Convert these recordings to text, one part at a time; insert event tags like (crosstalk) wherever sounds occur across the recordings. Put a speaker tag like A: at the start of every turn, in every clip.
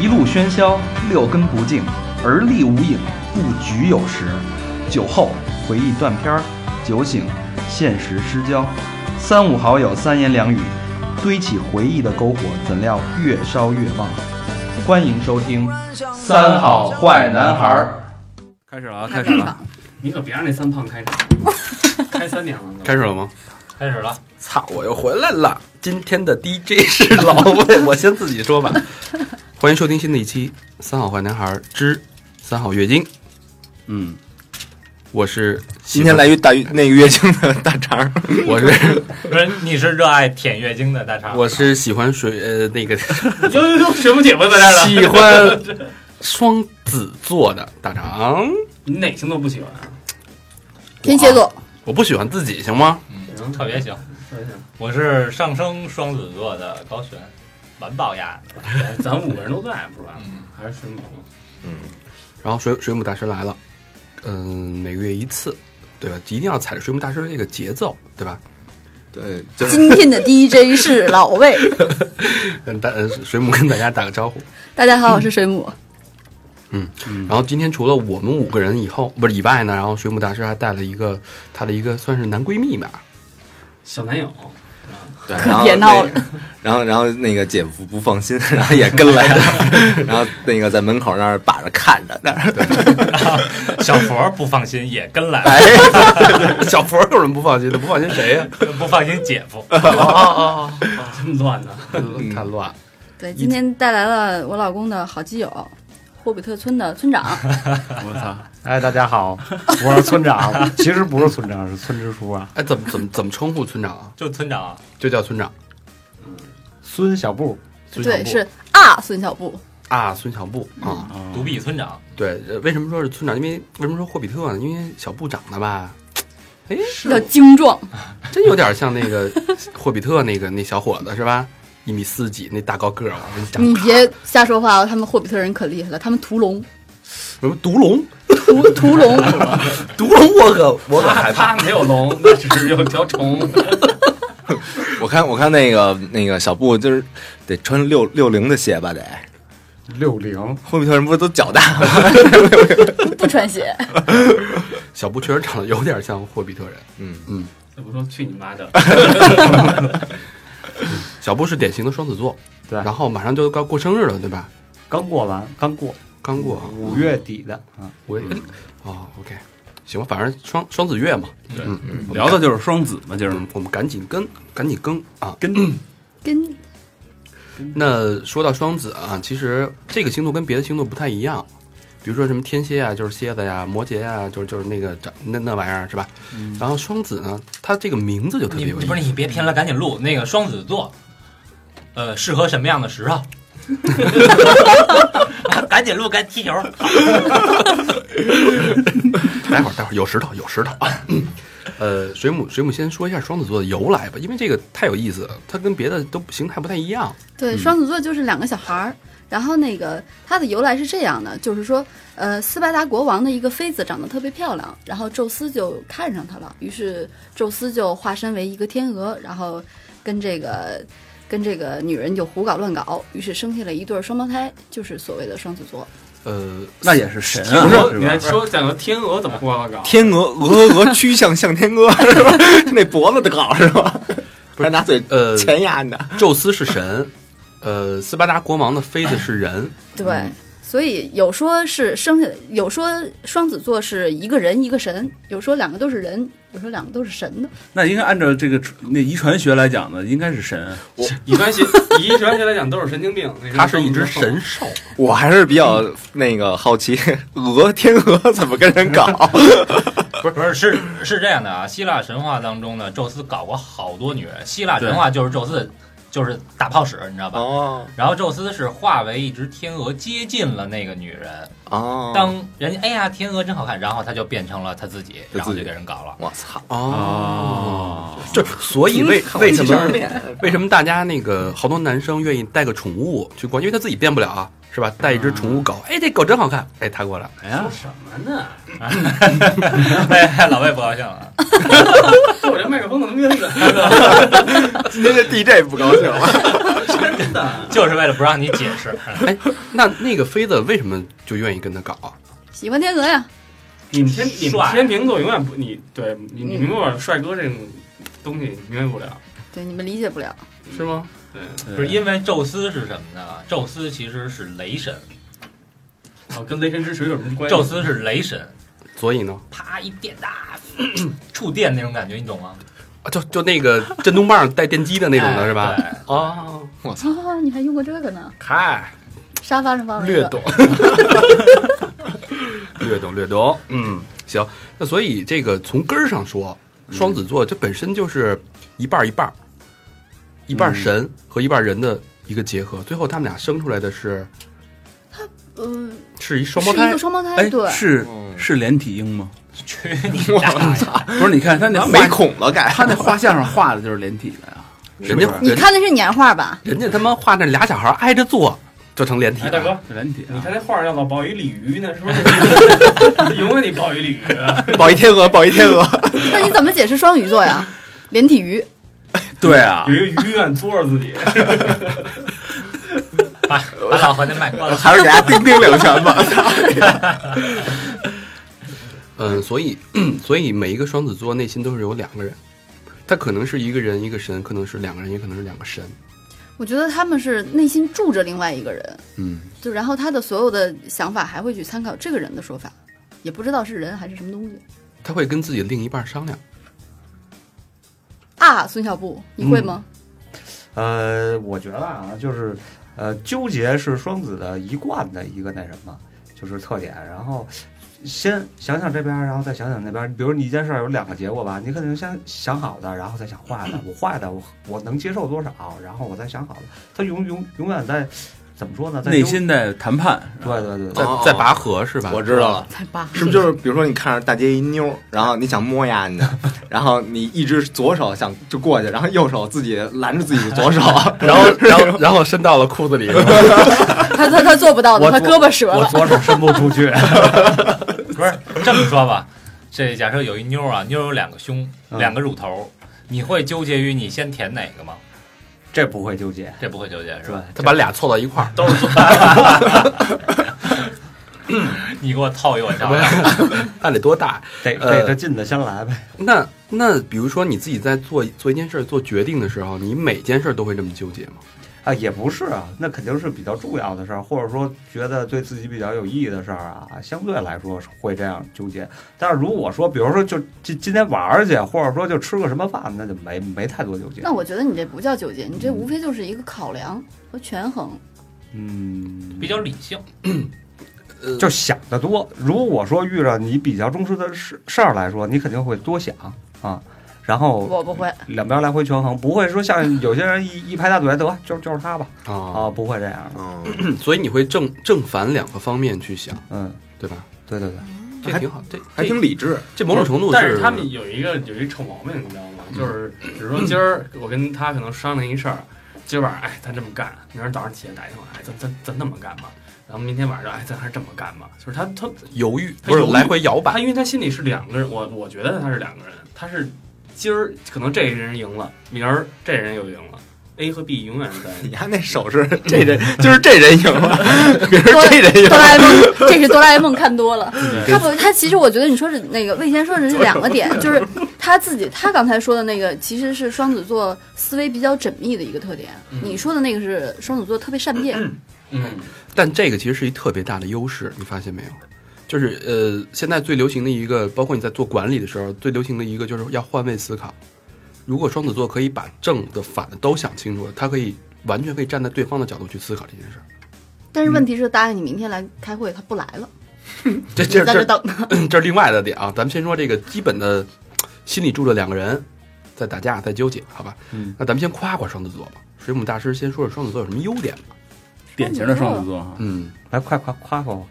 A: 一路喧嚣，六根不净，而立无影，不局有时。酒后回忆断片儿，酒醒现实失焦。三五好友三言两语，堆起回忆的篝火，怎料越烧越旺。欢迎收听《三好坏男孩儿
B: 开始了，啊，开始了，
C: 你可别让那三胖开场，
D: (laughs)
C: 开三年了，
B: 开始了吗？
C: 开始了。
B: 操，我又回来了！今天的 DJ 是老魏，我先自己说吧。 (laughs) 欢迎收听新的一期《三好坏男孩之三好月经》。嗯，我是
E: 今天来，一大那个月经的大肠儿，
B: (laughs) 我是
F: 不是，你是热爱舔月经的大
C: (laughs)
F: 肠？
B: 我是喜欢水呃那 (laughs) 个
C: 呦呦呦，什么姐夫在这儿
B: 喜欢双子座的大肠，
C: 你哪星座不喜欢啊？
G: 天蝎座，
B: 我不喜欢自己行吗？
C: 行
F: 特别行，
C: 行行，
F: 我是上升双子座的高璇，完爆呀！ (laughs)
C: 咱们五个人都在，不是吧？
F: 嗯
C: 还是水母。
B: 然后水水母大师来了，嗯，每个月一次，对吧？一定要踩着水母大师这个节奏，对吧？
E: 对，就是
G: 今天的 DJ 是老
A: (laughs)
G: 魏。
B: 跟大 (laughs) 呃水母跟大家打个招呼。嗯
G: 大家好，我是水母。
A: 嗯
B: 然后今天除了我们五个人以后不是以外呢，然后水母大师还带了一个她的一个算是男闺蜜吧，
C: 小男友，
F: 啊
E: 对，然后
G: 别闹了
E: 那个然后，然后那个姐夫不放心，然后也跟来了，然后那个在门口那儿把着看着，那
F: (laughs)
E: 儿
F: 小佛不放心也跟来了，
B: 哎， (laughs) 小佛有人不放心的，不放心谁呀、
F: 不放心姐夫。
C: 这么乱呢？
B: 太乱了，
G: 对，今天带来了我老公的好基友，霍比特村的村长。
H: 哎，大家好，我是村长， (laughs) 其实不是村长，是村支书啊，
B: 哎，怎么怎么怎么称呼村长啊？
F: 就村长，
B: 就叫村长，
H: 孙小布。
B: 孙小
G: 对，
B: 布
G: 是啊，孙小布。
B: 啊，孙小布啊、
F: 独臂村长，
B: 对，呃为什么说是村长？因为为什么说霍比特呢？因为小布长得吧，哎，
G: 要精壮，
B: 真有点像那个霍比特那个那小伙子是吧？一米四几那大高个儿，啊我跟你讲
G: 你，别瞎说话哦，他们霍比特人可厉害了，他们屠龙，
B: 什么毒龙，
G: 屠
A: (laughs)
G: 屠龙，
B: 毒龙我可我可害怕。
C: 他没有龙，那只是有条虫。
E: 我看我看那个那个小布就是得穿六六零的鞋吧，得
H: 六零，
E: 霍比特人不是都脚大吗？
G: 不穿鞋。
B: 小布确实长得有点像霍比特人。
C: 这不说去你
D: (laughs)
C: 妈的！
B: 小布是典型的双子座，
H: 对
B: 然后马上就要过生日了，对吧？
H: 刚过完，刚过
B: 刚过啊，
H: 五月底的啊，
B: 我也
D: 嗯
B: 哦，OK，行吧，反正双双子月嘛，
F: 对
B: 嗯，嗯
D: 聊的就是双子嘛，就是
B: 嗯我们赶紧跟赶紧更啊。
D: 跟
G: 跟
B: 那说到双子啊，其实这个星座跟别的星座不太一样，比如说什么天蝎啊，就是蝎子呀、摩羯啊，就是就是那个长那那玩意儿是吧？然后双子呢，它这个名字就特别
F: 嗯你
B: 有意
F: 不是
B: 思，
F: 你别偏了，赶紧录那个双子座，呃，适合什么样的时候？ (laughs) 赶紧录，赶紧踢球。
B: 待会儿待会儿有石头有石头
F: (laughs)
B: 啊。嗯呃，水母水母先说一下双子座的由来吧，因为这个太有意思了，它跟别的都形态不太一样。
G: 对，双子座就是两个小孩儿。然后那个它的由来是这样的，就是说，呃，斯巴达国王的一个妃子长得特别漂亮，然后宙斯就看上她了，于是宙斯就化身为一个天鹅，然后跟这个跟这个女人就胡搞乱搞，于是生下了一对儿双胞胎，就是所谓的双子座。
B: 呃，
D: (laughs) 那也是神
C: 你
D: 啊，
C: 说你
D: 吧
C: 还说讲个天鹅怎么过了搞？
E: 天鹅鹅鹅鹅曲项向天歌是吧？ (laughs) 那脖子的稿是吧？不是拿嘴
B: 呃
E: 前压你的，
B: 宙斯是神，呃，斯巴达国王的妃子是
D: 嗯
B: 人，
G: 对，嗯所以有说是生下，有说双子座是一个人一个神，有说两个都是人，有说两个都是神的。
D: 那应该按照这个那遗传学来讲呢，应该是神。
C: 遗传学，遗传学来讲都是神经病。那
B: 它是一
D: 嗯
B: 只神，兽。
E: 我还是比较那个好奇， (laughs) 鹅天鹅怎么跟人搞？
F: 不是不是是是这样的啊，希腊神话当中呢，宙斯搞过好多女人。希腊神话就是宙斯，就是打炮使，你知道吧？
E: 哦
F: 然后宙斯是化为一只天鹅，接近了那个女人。
E: 哦，
F: 当人家哎呀，天鹅真好看，然后他就变成了他自己，然后就给人
E: (laughs)
F: 搞了。
E: 我操！
D: 啊
C: 啊
B: 哦，就所以为为什么为什么大家那个好多男生愿意带个宠物去逛，因为他自己变不了啊，是吧？带一只宠物狗，哎，这狗真好看，哎，他过来，
D: 哎呀
C: 说，什么呢？
F: 哎，老魏不高兴了。
C: 我这麦克风怎么晕的？
E: 今天这 DJ 不高兴了，
F: 就是为了不让你解释。
B: 哎，那那个妃子为什么就愿意跟他搞啊？
G: 喜欢天鹅呀，
C: (laughs) 你们天你们
F: 帅
C: 天秤座永远不你对你你
G: 嗯
C: 明白我帅哥这种东西你明白不了，
G: 对你们理解不了。
C: 是吗？嗯对
F: 不是因为宙斯是什么呢？宙斯其实是雷神，
C: 哦，跟雷神之锤有什么关系？
F: 宙斯是雷神，
B: 所以呢，
F: 啪一电大，触电那种感觉，你懂吗？
B: 啊就就那个震动棒带电击的那种的是吧？
F: 哎
B: 哦，
G: 啊，你还用过这个呢？
B: 嗨，
G: 沙发上放了一
B: 略
G: 个，
B: 懂， (laughs) 略懂，略懂。嗯，行，那所以这个从根儿上说，双子座这本身就是一半儿一半儿，一半儿神和一半儿人的一个结合，最后他们俩生出来的是
G: 嗯，
B: 是一双
G: 是
B: 胞
G: 一
B: 胎
G: 个。双胞胎，
D: 哎，
G: 对，
D: 是
E: 嗯
D: 是连体婴吗？
F: 去你大爷！
D: 不
B: (laughs)
D: 是，你看他那
E: 啊没
D: 画，
E: 孔了改，
D: 他那画像上画的就是连体的呀。
B: 人家
G: 你
B: 人
G: 看的是年画吧？
B: 人家他妈画那俩小孩儿挨着坐，就成连体
C: 哎，大
B: 了。
C: 哥，
D: 是连体
C: 你
D: 啊！
C: 看那画儿要老鲍鱼鲤鱼呢，是 (laughs) 不是？永远得鲍鱼鲤鱼啊，
E: (laughs) 保一天鹅，保一天鹅，
G: 那你怎么解释双鱼座呀？连体鱼，
D: 对啊
C: 有，一个 (laughs) 鱼愿嘬着自己。
F: 把把老何那麦关了。
E: 还是给他叮叮两拳吧。
B: 嗯，所以所以每一个双子座内心都是有两个人，他可能是一个人一个神，可能是两个人，也可能是两个神。
G: 我觉得他们是内心住着另外一个人，
D: 嗯，
G: 就然后他的所有的想法还会去参考这个人的说法，也不知道是人还是什么东西
B: 他会跟自己另一半商量。
G: 啊。孙小布，你会吗？
H: 呃，我觉得啊，就是呃，纠结是双子的一贯的一个那什么，就是特点。然后先想想这边，然后再想想那边。比如你一件事儿有两个结果吧，你肯定先想好的，然后再想坏的。我坏的，我我能接受多少，然后我再想好的。他永永永远在怎么说呢？在
D: 内
H: 纠
D: 心在谈判，
H: 对对对
B: 在
H: 对，
E: 哦
B: 在拔河是吧？
E: 我知道了。
G: 才八，
E: 是不是就是比如说你看着大街一妞，然后你想摸呀你的，然后你一只左手想就过去，然后右手自己拦着自己的左手，
B: 然后，然后，然后伸到了裤子里。
G: (laughs) 他他他做不到的，
H: 我
G: 他胳膊折
H: 我
G: 了。
H: 左手伸不出去。
F: 不是这么说吧，这假设有一妞儿啊，妞儿有两个胸，
H: 嗯
F: 两个乳头，你会纠结于你先舔哪个吗？
H: 这不会纠结，
F: 这不会纠结是
H: 是
F: 吧
H: 吧？？
B: 他把俩凑到一块儿，
F: 都是做。你给我套一我上来，
B: 那得多大？
H: 得
B: 呃
H: 得这近的先来呗。
B: 那那比如说你自己在做做一件事儿、做决定的时候，你每件事儿都会这么纠结吗？
H: 啊，也不是啊，那肯定是比较重要的事儿，或者说觉得对自己比较有意义的事儿啊，相对来说是会这样纠结。但是如果说，比如说就今今天玩儿去，或者说就吃个什么饭，那就没没太多纠结
G: 那。我觉得你这不叫纠结，你这无非就是一个考量和权衡。
H: 嗯，
F: 比较理性。
H: 就想得多。如果说遇着你比较重视的事事儿来说，你肯定会多想啊，然后
G: 我不会，
H: 两边来回权衡，不会说像有些人一一拍大腿得就就是他吧
B: 啊，
D: 哦
H: 啊，不会这样的。
E: 嗯，
B: 所以你会正正反两个方面去想，
H: 嗯，
B: 对吧？
H: 对对对，
B: 这挺好，这
E: (laughs) 还挺理智。
B: 这 (laughs) 某种程度嗯
C: 但是他们有一个有一臭毛病，你知道吗？就是比如说今儿我跟他可能商量一事儿，今儿晚上哎咱这么干，明儿早上起来打电话哎咱咱咱那么干吧，然后明天晚上哎咱还是这么干吧，就是他他
B: 犹豫，
C: 他
B: 不是
C: 犹豫
B: 来回摇
C: 他
B: 摆。
C: 因为他心里是两个人，我我觉得他是两个人，他是今儿可能这个人赢了，明儿这人又赢了，A 和 B 永远在。
E: 你看那手势，这人就是这人赢了，别人这人赢
G: (laughs) 哆
E: 了。
G: 啦 A 梦，这是哆啦 A 梦看多了。他
B: 跟
G: 不，他其实我觉得你说是那个魏先说的是两个点，就是他自己他刚才说的那个其实是双子座思维比较缜密的一个特点，
C: 嗯
G: 你说的那个是双子座特别善变。
C: 嗯， (laughs)
B: 但这个其实是一特别大的优势，你发现没有？就是呃，现在最流行的一个，包括你在做管理的时候，最流行的一个就是要换位思考。如果双子座可以把正的、反的都想清楚了，他可以完全可以站在对方的角度去思考这件事儿。
G: 但是问题是答应你明天来开会，他不来了，
B: 这
G: 你
B: 这
G: 在这
B: 这
G: 等他。
B: 这是另外的点啊，咱们先说这个基本的，心里住着两个人，在打架，在纠结，好吧？
H: 嗯，
B: 那咱们先夸夸双子座吧。水母大师先说说双子座有什么优点吧。
D: 典型的双子座哈。
B: 嗯，
H: 来快快夸夸我。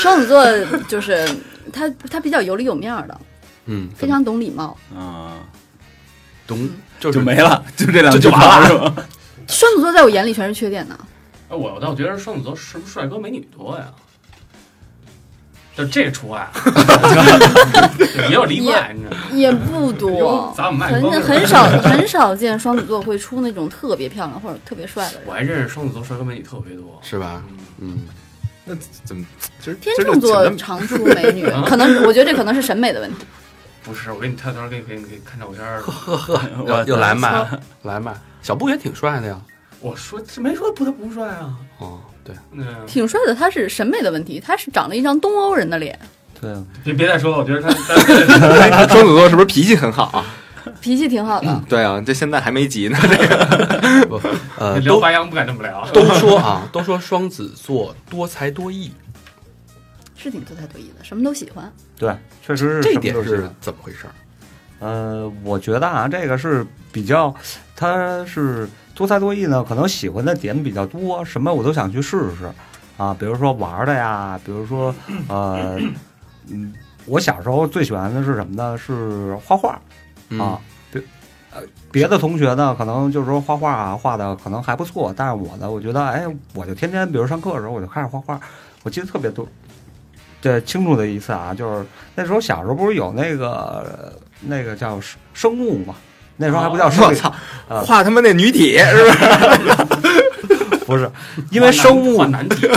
G: 双子座就是他他比较有里有面儿的，
B: 嗯，
G: 非常嗯懂礼貌。
D: 啊，
B: 懂，就是
D: 就没了， (laughs) 就这两
B: 就
D: 句
B: 就完了
D: 话是吧？
G: 双子座在我眼里全是缺点呢。
C: 哎，我倒觉得双子座是不是帅哥美女多呀？ (laughs) 就这个除外啊，也有例外，你知道吗？
G: 也不多
C: 哟，咱们卖
G: 很
C: 光了
G: 很少很少见双子座会出那种特别漂亮或者特别帅的人。
C: 我还认识双子座帅哥美女特别多，
B: 是吧？嗯，
E: 那怎么今儿
G: 天
E: 今儿
G: 秤
E: 就
G: 座
E: 请这么
G: 常出美女，可能我觉得这可能是审美的问题。
C: 不是，我给你看，到时候给你给你给你看照片儿。
B: (laughs) 又又来嘛，来嘛，小布也挺帅的呀。
C: 我说这没说不他不帅啊，
B: 哦，对，
C: 嗯，
G: 挺帅的，他是审美的问题，他是长了一张东欧人的脸，
H: 对，
C: 别别再说了，我觉得他
H: (laughs)
C: 他
E: 双子座是不是脾气很好啊？
G: 脾气挺好的。
E: 对啊，这现在还没急呢。
B: 不
C: 他 (laughs)
B: 呃，
C: 聊
B: 都
C: 白羊不敢这么聊，
B: 都 (laughs) 说啊，都说双子座多才多艺，
G: 是挺多才多艺的，什么都喜欢。
H: 对，确实是
B: 这
H: 什么
B: 点
H: 都
B: 是
H: 行
B: 怎么回事儿？
H: 呃，我觉得啊，这个是比较，他是多才多艺呢，可能喜欢的点比较多，什么我都想去试试啊，比如说玩儿的呀，比如说呃，嗯，我小时候最喜欢的是什么呢？是画画儿啊
B: 嗯，，
H: 别呃别的同学呢，可能就是说画画啊，画的可能还不错，但是我呢，我觉得哎，我就天天，比如上课的时候，我就开始画画。我记得特别多，这清楚的一次啊，就是那时候小时候不是有那个那个叫生生物嘛，那时候还不叫生
E: 哦我
H: 理，
E: 操
H: 啊，
E: 画他妈那女体是不是？
H: 不
C: (laughs)
H: 是，因为生物
C: 换难题，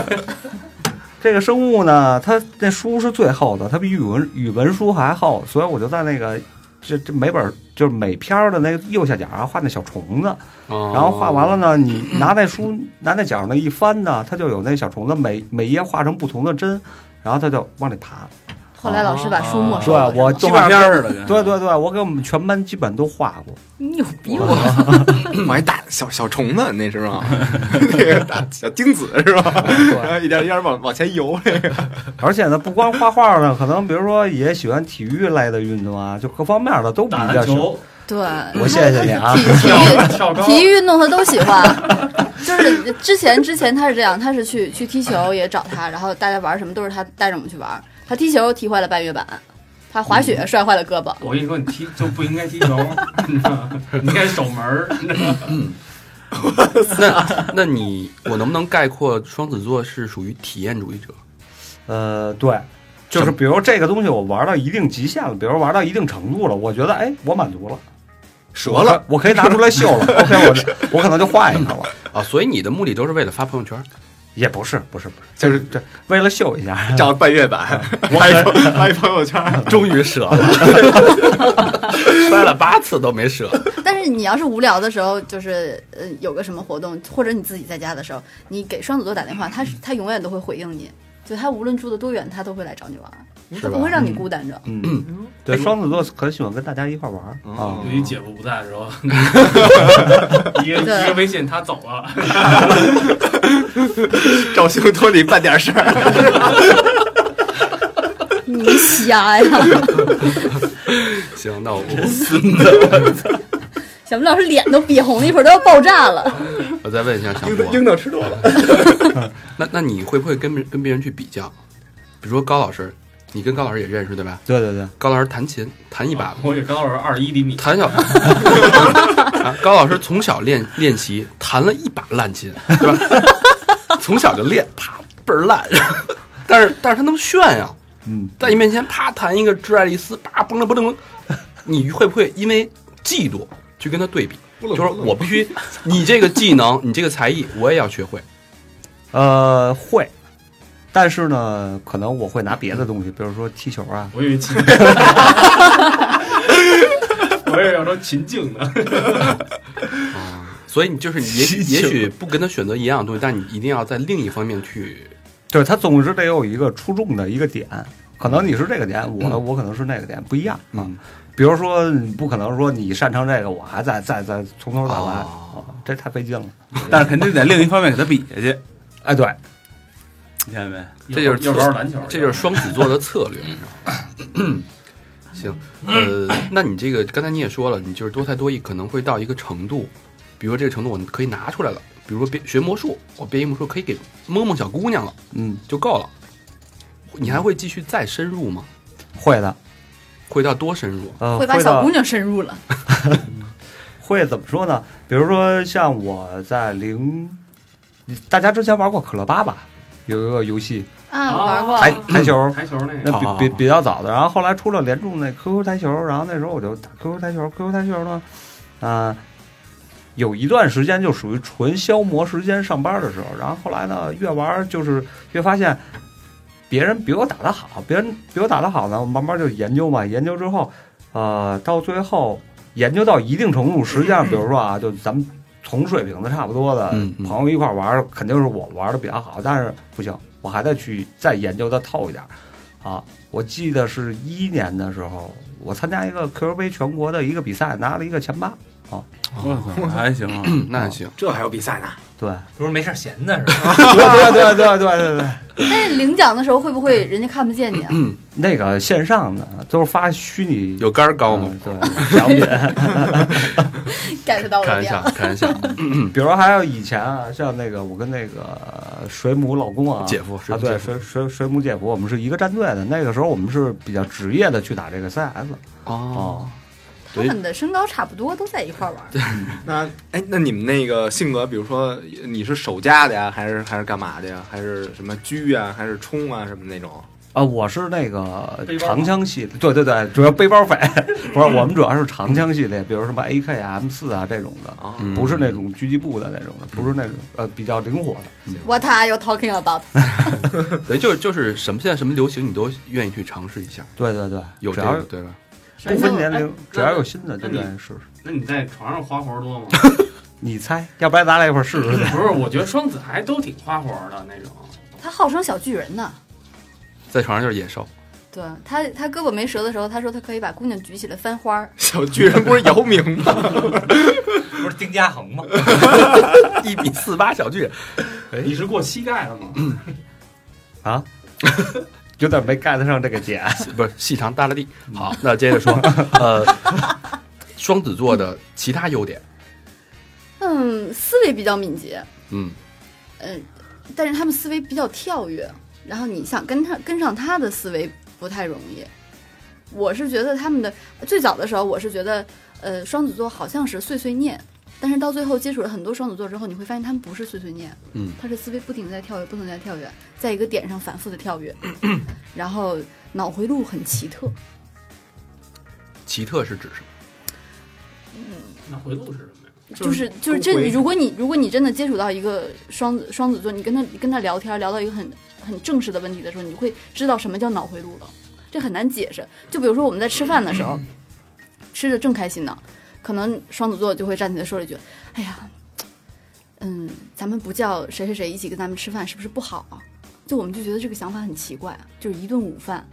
H: 这个生物呢，它那书是最厚的，它比语文语文书还厚，所以我就在那个这这每本就是每篇儿的那个右下角啊画那小虫子。
C: 哦
H: 然
B: 然
H: 后
B: (laughs)
H: 画完了呢，你拿那书拿那角儿那一翻呢，它就有那小虫子每每页画成不同的针，然后它就往里爬。
G: 后来老师把书
C: 哦
G: 没收
H: 对
G: 了，是，吗
H: 哦我基
D: 动
H: 本
D: 画
H: 上
D: 片似的。
H: 对对对，我给我们全班基本都画
C: (laughs)
H: 过。
G: 牛逼我，
E: (clears throat) 我还大小小虫子那是吧？ (laughs) 那个大小精子是吧？然后一点一点往往前游。
H: 而且呢，不光画画呢，可能比如说也喜欢体育类的运动啊，就各方面的都比
C: 打
H: 较
C: 篮
H: 喜欢。
C: 球，
G: 对，
H: 我谢谢你
C: (laughs)
H: 啊
G: 体体育
C: 跳高，
G: 体育运动他都喜欢， (laughs) 就是之前之前他是这样，他是去去踢球也找他，然后大家玩什么都是他带着我们去玩。他踢球踢坏了半月板，他滑雪摔坏了胳膊。
C: 我跟你说，你踢就不应该
D: (laughs)
C: 踢球，你知道吗？你应该守门儿，你知道吗？
B: 那那你我能不能概括双子座是属于体验主义者？
H: 呃，对，就是比如这个东西我玩到一定极限了，比如玩到一定程度了，我觉得哎，我满足了，
E: 折
H: 我
E: 了，
H: 可，我可以拿出来秀 (laughs) 了。OK，我这我可能就换一个了。
B: 啊，所以你的目的都是为了发朋友圈，
H: (laughs) 也不是，不是，不是，
E: 就是
H: 这为了秀一下，
E: 找半月板，发一发一朋友圈。
B: 终于折了， (laughs) 摔了八次都没折。
G: 但是你要是无聊的时候，就是呃有个什么活动，或者你自己在家的时候，你给双子座打电话，他是他永远都会回应你，就他无论住的多远，他都会来找你玩，
B: 是
G: 他
B: 吧
G: 不会让你孤单着。
H: (clears throat) 嗯，对，双子座很喜欢跟大家一块玩儿啊
E: 哦。
C: 尤其姐夫不在的
D: (laughs)
C: 时候，一个一个微信他走
F: 啊
C: 了，
E: 赵兴托你办点事儿，
G: 你瞎呀，
B: 行，那我
G: 小明老师脸都憋红了一会儿，都要爆炸了。
B: 我再问一下小
E: 樱
B: 布
E: (laughs) 桃
B: 啊，
E: 樱桃吃多了。
B: 那那你会不会跟别跟别人去比较？比如说高老师，你跟高老师也认识对吧？
H: 对对对，
B: 高老师弹琴弹一把，
C: 我给高老师二十一厘米，
B: 弹小、啊，高老师从小练练习，弹了一把烂琴，对吧？从小就练，啪倍儿烂， (laughs) 但是但是他能炫呀、
H: 嗯，
B: 在你面前啪弹一个《致爱丽丝》，啪嘣了嘣了嘣，你会不会因为嫉妒去跟他对比？就说我必须，你这个技能，你这个才艺，我也要学会。
H: 呃，会，但是呢，可能我会拿别的东西，比如说踢球啊，
C: 我以为
D: (laughs)
C: 秦，我也要说秦静呢，
B: 所以你就是你也也许不跟他选择一样的东西，但你一定要在另一方面去。
H: 就是他总是得有一个出众的一个点，可
D: 嗯
H: 能你是这个点，我我可能是那个点，不一样啊。比如说，你不可能说你擅长这个，我还再再再从头再来，
B: 哦
H: 啊这太费劲了。
D: (laughs) 但是肯定在另一方面给他比下去，
H: 哎，对，
D: 你看见没？
B: 这就是
C: 又玩篮球，
B: 这就是双子座的策
C: (laughs)
B: 略，你知道吗行，呃，那你这个刚才你也说了，你就是多才多艺，可能会到一个程度，比如说这个程度我可以拿出来了，比如说编学魔术，我编一魔术可以给蒙蒙小姑娘了
H: 嗯，
B: 就够了。你还会继续再深入吗？
H: 会的，
B: 会到多深入？啊
H: 呃，
G: 会把
H: 会
G: 小
H: 的
G: 姑娘深入了，
H: 会怎么说呢？比如说像我在零，大家之前玩过可乐吧吧，有一个游戏，哎
G: 啊，玩过，
H: 台台球。
C: 台球那
D: 嗯
H: 那
C: 个，
H: 比
B: 好好
H: 比
B: 好
H: 比较早的，然后后来出了联众那 QQ 台球，然后那时候我就打 QQ 台球，QQ 台球呢，啊、有一段时间就属于纯消磨时间上班的时候，然后后来呢，越玩儿就是越发现别人比我打得好，别人比我打得好呢，我慢慢就研究嘛，研究之后，呃，到最后研究到一定程度，实际上比如说啊，就咱们同水平的差不多的
B: 嗯嗯
H: 朋友一块儿玩儿，肯定是我玩的比较好，但是不行，我还得去再研究的透一点儿啊。我记得是一年的时候，我参加一个 QQ 杯全国的一个比赛，拿了一个前八。
D: 我操，还行啊，
B: 嗯，那还行。
E: 这还有比赛呢？
H: 对，
B: (laughs)
F: 不是没事儿闲的是吧？ (laughs)
H: 对对对对对对对，
G: 那领奖的时候会不会人家看不见你啊？
H: 那个线上的都是发虚拟
B: 有杆儿高吗？？
H: 嗯对，奖品。
G: (laughs) get 到我的
B: 开玩
G: 点
B: 笑
G: 儿。，
B: 开玩笑。
H: 比如还有以前啊，像那个我跟那个水母老公啊，
B: 姐夫水
H: 啊，
B: 母
H: 对，
B: 姐夫
H: 水水水母姐夫，我们是一个战队的。那个时候我们是比较职业的去打这个啊 CS (laughs)
B: 哦
H: 哦，，
G: 他们的身高差不多，都在一块儿玩。
E: 那哎，那你们那个性格，比如说你是守家的呀，还是还是干嘛的呀？还是什么狙啊，还是冲啊什么那种？ (laughs)
H: 啊，我是那个
C: 背包
H: 长枪系，对对对，主要背包匪， (laughs) 不是我们主要是长枪系列，比如什么 AK 啊、M 四啊这种的，
E: 啊，
B: 嗯
H: 不是那种狙击步的那种的，不是那种呃比较灵活的。
G: What are you talking about？
B: 对，就是就是什么现在什么流行，你都愿意去尝试一下，
H: 对对对，
B: 有
H: 只
B: 这
H: 要
B: 个对吧？
H: 不分年龄，只要有
C: 哎那
H: 新的就
C: 那你
H: 愿意试试。
C: 那你在床上花活儿多吗？
H: 你猜，要不然咱俩一会儿试试去。
C: 不是，我觉得双子还都挺花活儿的那种。
G: 他号称小巨人呢。
B: 在床上就是野兽，
G: 对他，他胳膊没折的时候，他说他可以把姑娘举起来翻花儿。
E: 小巨人不是姚明吗？
F: 不是丁家恒吗？
B: 一米四八小巨人，
C: 你是过膝盖了吗？
H: 嗯啊 (laughs) 有点没 get 上这个点。
B: 不是细长耷拉地。好，那接着说，呃，双子座的其他优点，
G: 嗯，思维比较敏捷，
B: 嗯，
G: 嗯，但是他们思维比较跳跃，然后你想跟他跟上他的思维不太容易。我是觉得他们的最早的时候，我是觉得，呃，双子座好像是碎碎念，但是到最后接触了很多双子座之后，你会发现他们不是碎碎念，
B: 嗯，
G: 他是思维不停地在跳跃，不停地在跳跃，在一个点上反复的跳跃，然后脑回路很奇特，
B: 奇特是指什么？
C: 那回路是什么呀？
G: 就是就是
E: 勾
G: 这，
E: 回
G: 如果你如果你真的接触到一个双子双子座，你跟他你跟他聊天聊到一个很很正式的问题的时候，你会知道什么叫脑回路了，这很难解释。就比如说我们在吃饭的时候，吃的正开心呢，可能双子座就会站起来说了一句：“哎呀，嗯，咱们不叫谁谁谁一起跟咱们吃饭，是不是不好啊？”就我们就觉得这个想法很奇怪，啊就是一顿午饭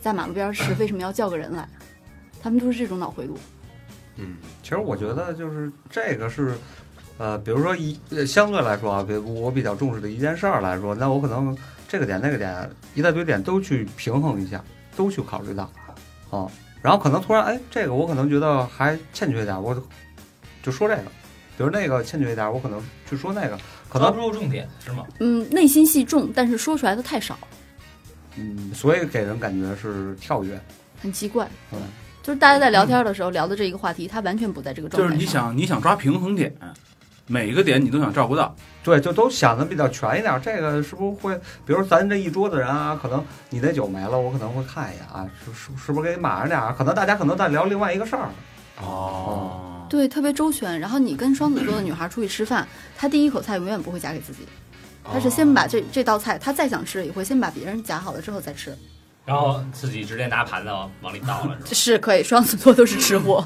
G: 在马路边吃，为什么要叫个人来？他们都是这种脑回路。
D: 嗯
H: 其实我觉得就是这个是，呃，比如说一呃相对来说啊，比如我比较重视的一件事儿来说，那我可能这个点那个点一大堆点都去平衡一下，都去考虑到，啊，然后可能突然哎，这个我可能觉得还欠缺一点，我就就说这个，比如那个欠缺一点，我可能去说那个，可能
F: 抓
C: 哦
F: 不住重点是吗？
G: 嗯，内心戏重，但是说出来的太少，
H: 嗯，所以给人感觉是跳跃，
G: 很奇怪。
H: 嗯
G: 就是大家在聊天的时候聊的这一个话题，他完全不在这个状
D: 就
G: 态
D: 是你
G: 上。
D: 想你想抓平衡点，每个点你都想照顾到，
H: 对，就都想的比较全一点。这个是不是会，比如咱这一桌子人啊，可能你那酒没了，我可能会看一眼啊，是是是不是给你码上点儿？可能大家可能在聊另外一个事儿。
D: 哦，
G: 对特别周全。然后你跟双子座的女孩出去吃饭，她第一口菜永远不会夹给自己，她是先把
D: 哦
G: 这这道菜，她再想吃也会先把别人夹好了之后再吃。
F: 然后自己直接拿盘子往往里倒了是吧？
G: 是可以，双子座都是吃
D: (laughs)
G: 货。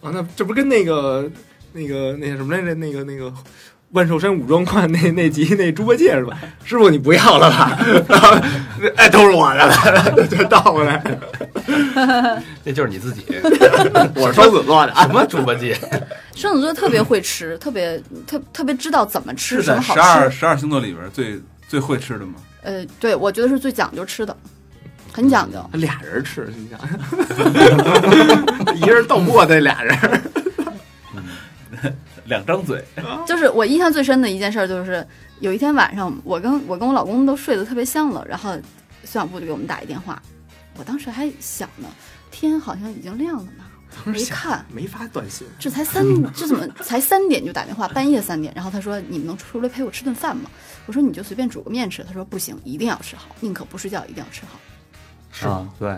E: 啊，那这不跟那个那个那什么来着？那个那个。万寿山武装观那那集那猪八戒是吧？师傅你不要了吧？然后哎，都是我的了，就倒过来。
B: 那就是你
D: (laughs)
B: 自己
E: 我是双子座的啊
B: 什，么猪八戒？
G: 双子座特别会吃，特别特特别知道怎么吃
D: 是
G: 什
D: 在
G: 么好
D: 十二
G: 吃。
D: 十二星座里边最最会吃的吗？
G: 呃，对我觉得是最讲究吃的，很讲究。
E: 俩人吃，你想，一人斗不过那俩人。
D: 两张嘴，
G: 就是我印象最深的一件事，就是有一天晚上，我跟我跟我老公都睡得特别香了，然后孙小布就给我们打一电话，我当时还想呢，天好像已经亮了呢，
E: 当时
G: 没
E: 想
G: 看，
E: 没发短信，
G: 这才
E: (laughs)
G: 三，这怎么才三点就打电话？半夜三点，然后他说：“你们能出来陪我吃顿饭吗？”我说：“你就随便煮个面吃。”他说：“不行，一定要吃好，宁可不睡觉，一定要吃好。
B: 是
H: 啊，对，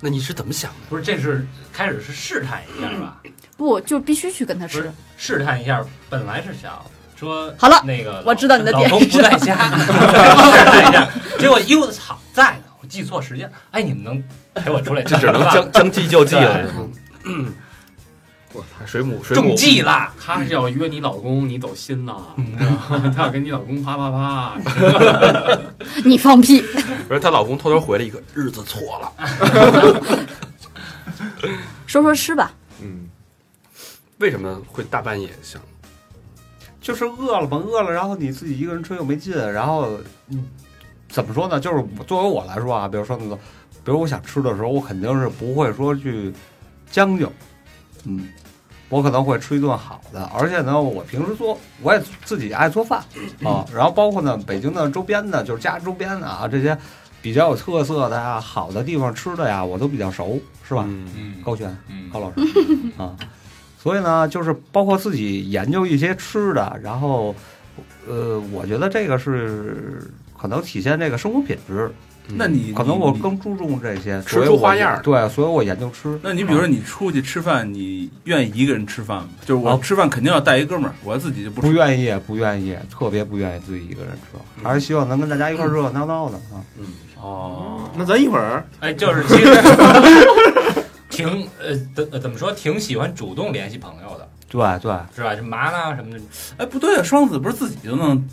B: 那你是怎么想的？
F: 不是，这是开始是试探一下吧？
G: 不，就必须去跟他
F: 不是
G: 吃。
F: 嗯试探一下，本来是想说
G: 好了
F: 那个老
G: 我知道你的点
F: 老公不在家， (laughs) 试探一下，结果哟操，在呢，我记错时间。哎，你们能陪我出来吃
B: 这只能
F: 饭吗
B: 将将计就计了
F: 对。
B: (clears throat) 嗯，水母水母
F: 中，计啦，
C: 他是要约你老公，你走心了，
D: 嗯
C: 你知道吗？ (laughs) 他要跟你老公啪啪啊啪，
G: 你放屁！ (laughs)
B: 不是她老公偷偷回了一个日子错了，
G: 说说吃吧，
E: 嗯，
B: 为什么会大半夜想？
H: 就是饿了嘛，饿了，然后你自己一个人吹又没劲，然后嗯，怎么说呢？就是我作为我来说啊，比如说那个，比如我想吃的时候，我肯定是不会说去将就，嗯，我可能会吃一顿好的，而且呢，我平时做我也自己爱做饭啊，然后包括呢，北京的周边的，就是家周边的啊这些比较有特色的呀、好的地方吃的呀，我都比较熟，是吧？
B: 嗯，
F: 嗯
H: 高璇。
F: 嗯
H: 高老师啊，所以呢，就是包括自己研究一些吃的，然后，呃，我觉得这个是可能体现这个生活品质，
D: 那你
H: 可能我
D: 你
H: 更注重这些，
B: 吃
H: 所以
B: 出
H: 我
B: 花样儿
H: 对，所以我研究吃。啊
D: 那你比如说你出去吃饭，你愿意一个人吃饭吗？就是我
H: 啊
D: 吃饭肯定要带一哥们儿，我自己就不
H: 不
D: 吃。
H: 愿意，不愿意，特别不愿意自己一个人吃，还是希望能跟大家一块儿热热闹闹的啊。
D: 哦，
E: 那咱一会儿
F: 哎，就是其实 (laughs) 挺呃怎怎么说，挺喜欢主动联系朋友的，
H: 对对，
F: 是吧？这麻辣什么的，
D: 哎，不对啊，双子不是自己就能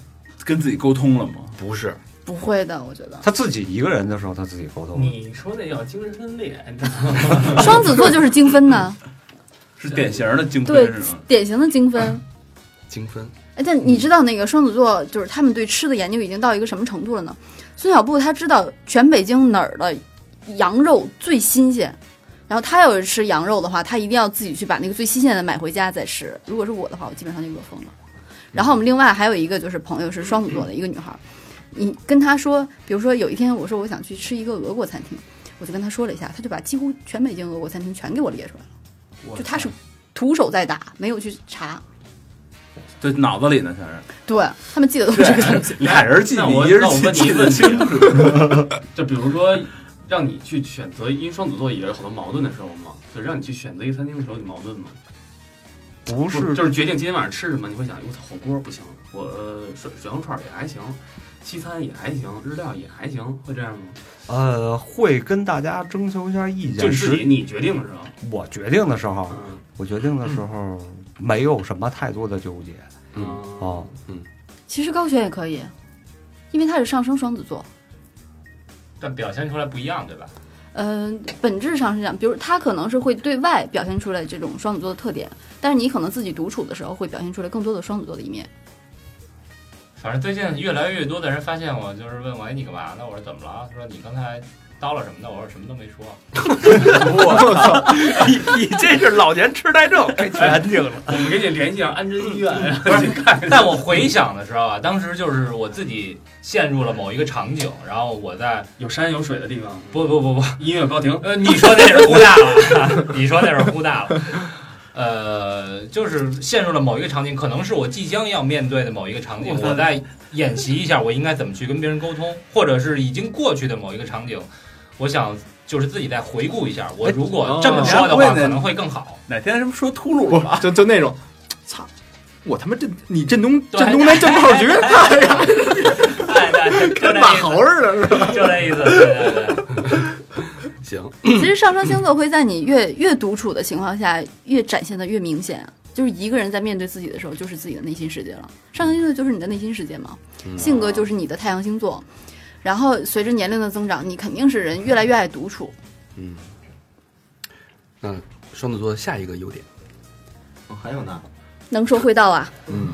D: 跟自己沟通了吗？
B: 不是，
G: 不会的，我觉得
H: 他自己一个人的时候，他自己沟通。
C: 你说那叫精神分裂，你知道吗
G: 双子座就是精分呢，
D: (laughs) 是典型的精
G: 对
D: 分是吗？，
G: 典型的精分。
B: 精分
G: 哎，但你知道那个双子座，就是他们对吃的研究已经到一个什么程度了呢？孙小布他知道全北京哪儿的羊肉最新鲜，然后他要是吃羊肉的话，他一定要自己去把那个最新鲜的买回家再吃。如果是我的话，我基本上就饿疯了。然后我们另外还有一个就是朋友是双子座的一个女孩儿，你跟她说，比如说有一天我说我想去吃一个俄国餐厅，我就跟她说了一下，她就把几乎全北京俄国餐厅全给我列出来了，就她是徒手在打，没有去查。
D: 对，脑子里呢全是。
G: 对他们记得都是这个东西。
D: 俩人记
C: 那
D: 你
C: 我
D: 一人
C: 那我
D: 记
C: 问你
D: 记
C: 一
D: 得
C: 个
D: 清楚。
C: (laughs) 就比如说，让你去选择，因为双子座也有很多矛盾的时候嘛，就让你去选择一个餐厅的时候，你矛盾吗？
H: 不
C: 不
H: 是
C: 就是决定今天晚上吃什么，你会想，我操，火锅不行，我呃水水羊串儿也还行，西餐也还行，日料也还行，会这样吗？
H: 呃，会跟大家征求一下意
C: 就
H: 见。
C: 你自
H: 是
C: 己你决定的时候，
H: 我决定的时候，
C: 嗯
H: 我决定的时候没有什么太多的纠结
B: 嗯
H: 啊。
G: 其实高璇也可以，因为他是上升双子座，
F: 但表现出来不一样，对吧？
G: 嗯、本质上是这样。比如他可能是会对外表现出来这种双子座的特点，但是你可能自己独处的时候会表现出来更多的双子座的一面。
F: 反正最近越来越多的人发现我，就是问我，哎，你干嘛呢？我说怎么了？他说你刚才叨了什么呢？我说什么都没说。
B: 你这是老年痴呆症，给全听了。
C: 我们给你联系上安贞医院，然后去看看。
F: 但我回想的时候啊，当时就是我自己陷入了某一个场景，然后我在
C: (laughs) 有山有水的地方，
F: 不不不不，
C: 音乐高亭，
F: 呃，你说那是忽大了，啊你说那是忽大了。呃，就是陷入了某一个场景，可能是我即将要面对的某一个场景，我在演习一下我应该怎么去跟别人沟通，或者是已经过去的某一个场景，我想就是自己再回顾一下，
B: 哎
F: 我如
B: 哦
F: 果这么说的话，可能会更好。
D: 哪天什么说秃噜
E: 不
D: 了吧？
E: 就就那种，操，我他妈震你震东
F: 对
E: 震东南震炮局，
F: 哎，对对就
E: 跟
F: 那
E: 马
F: 意
E: 猴似的，是吧？
F: 思，就那意思，对对对，
B: 行，
G: 其实上升星座会在你越越独处的情况下，越展现的越明显。就是一个人在面对自己的时候，就是自己的内心世界了。上升星座就是你的内心世界嘛，
B: 嗯
G: 性格就是你的太阳星座。然后随着年龄的增长，你肯定是人越来越爱独处。
B: 嗯，那双子座的下一个优点，
I: 哦还有呢，
G: 能说会道啊，
B: 嗯，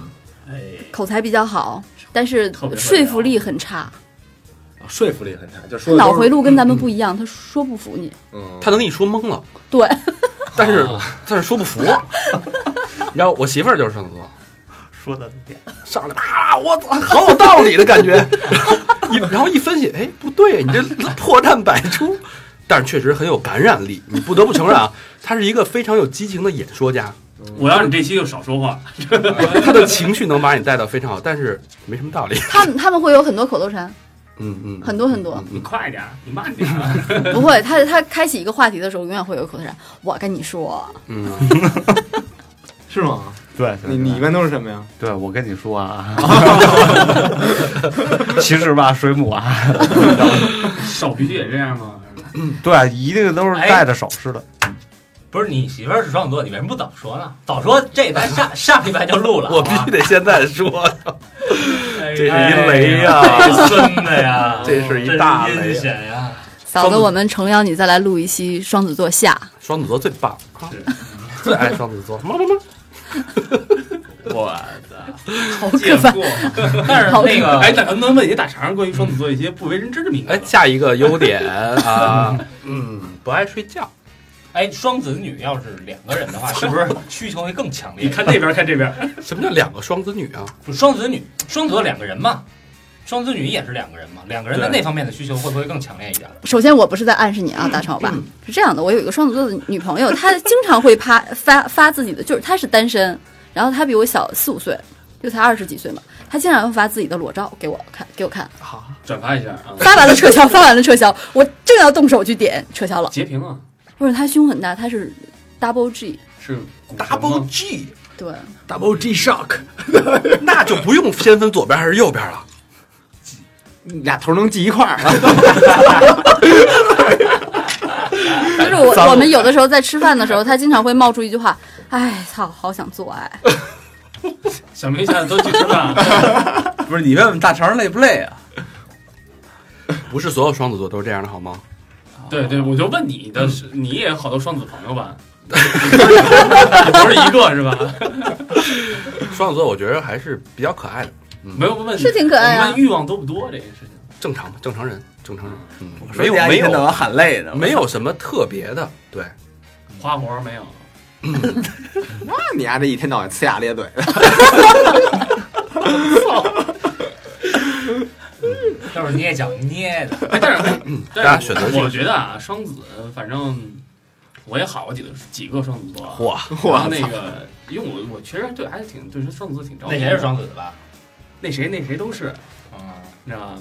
I: 哎，
G: 口才比较好，但是
I: 特别会
G: 说
I: 聊
G: 服力很差。
I: 说服力很差，就
G: 他
I: 说的
G: 脑
I: 都
G: 回
I: 是，
G: 路跟咱们不一样，他说不服你。
I: 嗯，
B: 他能给你说懵了，
G: 对， (laughs)
B: 但是但是说不服。 (laughs) 然后我媳妇儿就是双子座，
H: 说的点。
B: 上来啊，我操， (laughs) 好有 (laughs) 道理的感觉。然后一然后一分析，哎，不对，你这破绽百出。但是确实很有感染力，你不得不承 (laughs) 认啊，他是一个非常有激情的演说家，
C: 我要是你这期就少说话，
B: 他的情绪能把你带到非常好，但是没什么道理。
G: 他们他们会有很多口头禅，
B: (laughs) 嗯嗯，
G: 很多很多
B: 嗯
C: 你
B: 嗯
C: 快点儿，你慢点儿。
G: 不会，他他开启一个话题的时候，永远会有口头禅。我跟你说，
B: 嗯，
E: 是吗？
H: 对，
E: 你你一般都是什么呀？
H: 对我跟你说啊，其实吧，水母啊，
C: (laughs) 手必须也这样吗？
H: 对，一定都是带着手势的。
F: 不是你媳妇儿是双子座，你为什么不早说呢？早说这咱下下礼拜就录了，啊哎
B: 我必须得现在 (laughs) 说，这
F: 这
B: 是一雷呀
F: 孙子呀，
B: 这是一大
F: 真
B: 雷
F: 阴险呀！
G: 嫂子，我们诚邀你再来录一期双子座下。
B: 双子座最棒，啊最爱双子座，么么么
C: 我操，
G: 好
C: 见
G: 可怕！
C: 过。
F: 但是那个
C: 哎，大能不能问一些大肠关于双子座一些不为人知的秘密？
B: 哎，下一个优点啊， (laughs) 嗯，不爱睡觉，
F: 哎，双子女要是两个人的话，是不是需求会更强烈？
C: 你看那边，看这边，
B: 什么叫两个双子女啊？
F: 不是双子女，双子座两个人嘛，双子女也是两个人嘛，两个人的
I: 对
F: 那方面的需求会不会更强烈一点？
G: (laughs) 首先，我不是在暗示你啊，大超吧？是这样的，我有一个双子座的女朋友，她经常会发 (laughs) 发发自己的，就是她是单身，然后她比我小四五岁，就才二十几岁嘛，她经常会发自己的裸照给我看，给我看，
C: 转发一下啊，
G: 发完了撤销，发完了撤销，我正要动手去点，撤销了。
C: 截屏啊，
G: 不是，她胸很大，她是 double G，
C: 是股神吗
B: Double G，
G: 对，
E: Double G
B: (laughs)
E: Shock，
B: 那就不用先分左边还是右边了。
E: 俩头能系一块儿。
G: (laughs) 就是
C: (laughs)
G: 我我们有的时候在吃饭的时候，她经常会冒出一句话，哎操，好想做
C: (laughs)
G: 爱。
C: 小明现在都去吃饭了，
D: 不是你问问大肠累不累啊？
B: 不是所有双子座都是这样的好吗？
C: 对对，我就问你的是，
B: 嗯
C: 你也有好多双子朋友
B: (laughs)
C: 吧？你不是一个是吧？
B: 双子座我觉得还是比较可爱的，
C: 没有问
G: 是挺可爱啊
C: 我问欲望多不多这件事情？
B: 正常吧，正常人，正常人，嗯，
D: 说
B: 没有
D: 你还
B: 没
D: 一天到
B: 有
D: 晚喊累呢，
B: 没有什么特别的，对，
C: 花活没有？
E: 那你丫这一天到晚呲牙咧嘴的，
F: 就是捏脚捏的，
C: (laughs) 哎，但是
B: 大
C: 但是
B: 家选择
C: 我
B: 性
C: 觉得啊，双子，反正我也好过几个几个双子座啊，
B: 哇，
C: 然
E: 我
C: 后那个，因为我我其实对还是挺对双子座挺着
F: 那
C: 迷的
F: 谁是双子的吧？
C: 那谁那谁都是，
F: 嗯，
C: 你知道吗？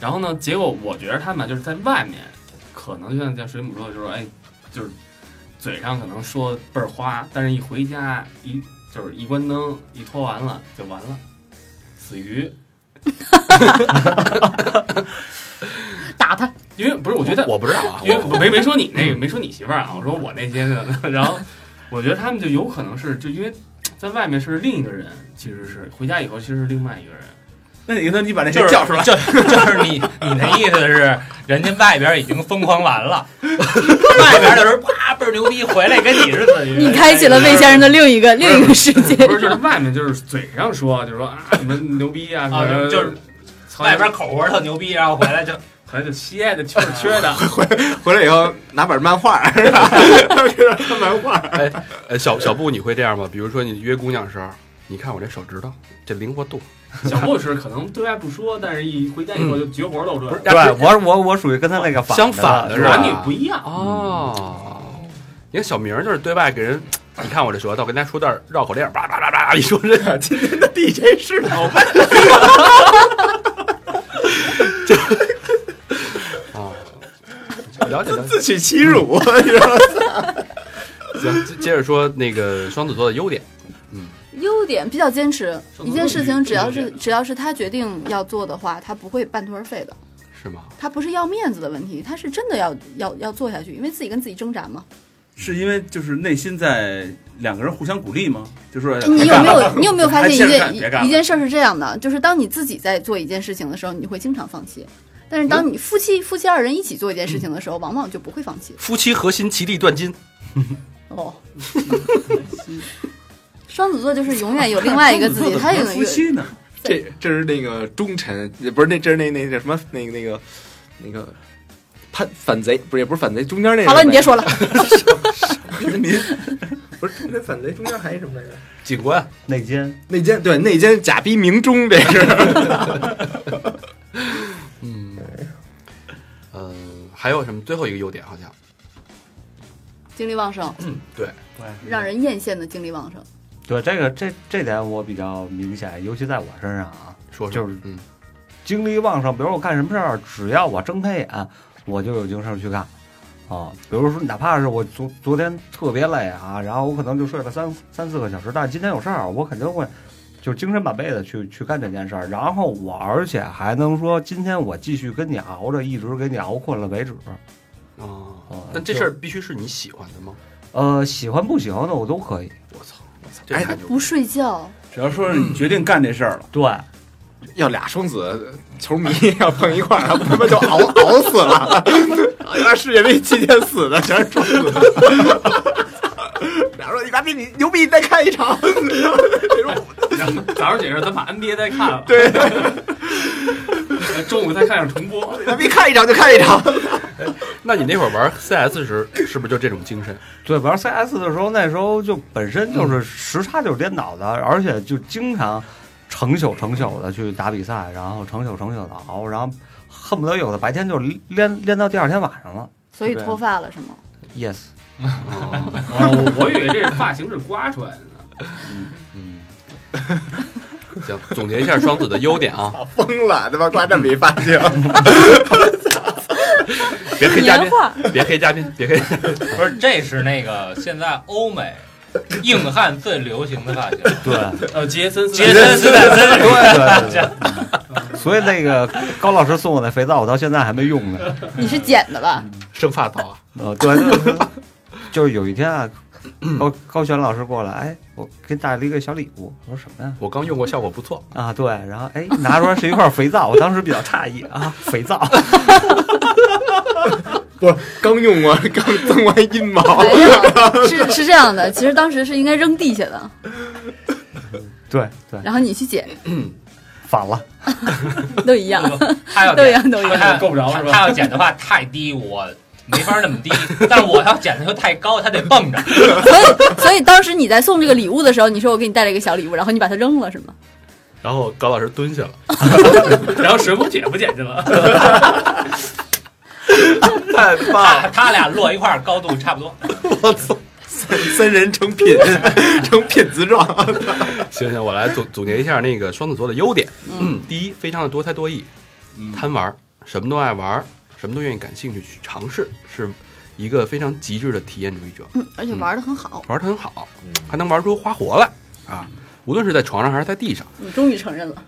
C: 然后呢，结果我觉得他们就是在外面，可能就像像水母说的，就是哎，就是嘴上可能说倍儿花，但是一回家一就是一关灯一脱完了就完了，死鱼。
G: 打他！
C: 因为不是，我觉得
B: 我不知道啊，
C: 因为
B: 我
C: 我没没说你那个，没说你媳妇儿啊，我说我那些的。然后我觉得他们就有可能是，就因为在外面是另一个人，其实是回家以后其实是另外一个人。
D: 那你说你把那
F: 就
D: 些
F: 是
D: 叫出来，
F: 就就是你你的意思是，人家外边已经疯狂
C: (laughs)
F: 完了，外边的时候啪倍儿牛逼，回来跟你是怎
G: 你开启了魏先生的另一
C: (laughs)
G: 个另一个世界。
C: 不是，就是外面就是嘴上说，就是说啊你们牛逼啊，
F: 啊
C: 什么
F: 就是
C: 操
F: 外边口活特牛逼，然后回来就
C: 可能就歇的缺着缺
F: 啊
C: 的，
E: 回来以后拿本漫画，是吧？
G: (laughs)
E: 给他看漫画。
B: 哎，呃，小小布你会这样吗？比如说你约姑娘的时候，你看我这手指头，这灵活度，
C: 小故事可能对外不说，但是一回家以后就绝活露出来。
H: 对我我我属于跟他那个反
B: 相反的
H: 的
B: 是吧
C: 男女不一样，
B: 哦，你看小明儿就是对外给人，你看我这舌头，跟人家说段绕口令，叭叭叭叭叭，一说这样，今天的 DJ 是老外，就啊，了解了解。
E: 自取其辱，你知道吗？
B: (laughs) 行，接接着说那个双子座的优点，
G: 优点比较坚持，
C: 双
G: 一
C: 子座
G: 件事情只要
C: 优
G: 是
C: 点
G: 只要是他决定要做的话，他不会半途而废的。
B: 是吗？
G: 他不是要面子的问题，他是真的要要要做下去，因为自己跟自己挣扎嘛。
D: 是因为就是内心在两个人互相鼓励吗？就说
G: 你有没有你有没有发现一
D: 还接着干别干
G: 件
D: 了
G: 一一件事儿是这样的，就是当你自己在做一件事情的时候，你会经常放弃。但是当你夫妻夫妻二人一起做一件事情的时候，往往就不会放弃
B: 夫妻核心，其利断金。
G: 哦。 (laughs) 双子座就是永远有另外一个自己，他有
D: 有夫妻呢？
E: 这这是那个忠臣，也不是那这是那那叫什么那个那个那个叛反贼，不是也不是反贼，中间那个
G: 好了，你别说了， (laughs)
E: 不是那反贼中间还有什么来着？
B: 警官，
H: 内奸，
E: 内奸对内奸假逼明忠，这是
B: 嗯，呃，还有什么最后一个优点好像
G: 精力旺盛，让人艳羡的精力旺盛。
H: 对这个这这点我比较明显，尤其在我身上啊，
B: 说说
H: 就是
B: 嗯
H: 精力旺盛。比如我干什么事儿，啊只要我睁开眼，我就有精神去干。啊，比如说，哪怕是我昨昨天特别累啊，然后我可能就睡了三三四个小时，但是今天有事儿，我肯定会就是精神满倍的去去干这件事儿。然后我而且还能说，今天我继续跟你熬着，一直给你熬困了为止。
B: 哦，
H: 啊，
B: 但这事儿必须是你喜欢的吗？
H: 呃，喜欢不喜欢的我都可以。
B: 我操，这
G: 他
B: 太牛
G: 不睡觉，
D: 只要说是你决定干这事儿了，
H: 对，
E: 要俩双子球迷要碰一块儿，他妈就熬熬死了。那世界杯期间死的全是双子。俩说：“你妈逼，你牛逼，你再看一场。
C: 然后早上起来咱把 NBA 再看了，对，呃中午再看上重播，
E: 你妈逼看一场就看一场。
B: 那你那会儿玩 CS 时是不是就这种精神？
H: 对，玩 CS 的时候，那时候就本身就是
D: 嗯
H: 时差就是颠倒的，而且就经常成宿成宿的去打比赛，然后成宿成宿的熬，然后恨不得有的白天就练练到第二天晚上了。
G: 所以脱发了是吗？
D: (laughs)
H: Yes，
B: 哦
C: 我我以为这是发型是刮出来的呢。
H: 嗯，
B: 行，总结一下双子的优点
G: (laughs)
B: 啊，
E: 疯了，他妈刮这么一发型，
B: 别黑嘉
G: 年
B: 宾，
G: 画
B: (laughs) 别黑嘉宾，别黑。 (laughs)
F: 不是，这是那个现在欧美硬汉最流行的发
C: (laughs)
F: 型，
H: 对
C: 呃，杰森斯
F: 杰森斯坦森。
H: 对对对对，所以那个高老师送我那肥皂，我到现在还没用呢。
G: 你是剪的吧？
B: 生发刀啊，
H: 呃，对， (laughs) 对对就是有一天啊，高高璇老师过来，哎，我给你带了一个小礼物，我说什么呀？
B: 我刚用过，效果不错。
H: 啊，对，然后哎，拿出来是一块肥皂，我当时比较诧异啊，肥皂，
E: 不是刚用完，刚增完阴毛，
G: 没有，是是这样的，其实当时是应该扔地下的，
H: (laughs) 对对，
G: 然后你去捡，
H: (clears throat) 反了，
G: (laughs) 都一样。 (laughs)
F: 他要
G: 都一
F: 剪，
G: 样都一样
F: 他要
C: 够不着是吧
F: 他要剪的话太低，我没法那么低。 (laughs) 但是我要剪的又太高，他得蹦着。
G: 所以所以当时你在送这个礼物的时候，你说我给你带了一个小礼物，然后你把它扔了是吗？
B: 然后高老师蹲下了，
C: 然后水母姐不剪去
F: (laughs)
C: 了，
D: 太棒
F: 他他俩落一块儿高度差不多。
E: 三人成品，成品字状。
B: 行行，我来总总结一下那个双子座的优点。嗯， (clears throat) 第一，非常的多才多艺，
G: 嗯
B: 贪玩儿，什么都爱玩儿，什么都愿意感兴趣去尝试，是一个非常极致的体验主义者，
G: 嗯，而且玩的很好，
B: 玩的很好，还能玩出花活来
G: 嗯
B: 啊！无论是在床上还是在地上，
G: 你终于承认了。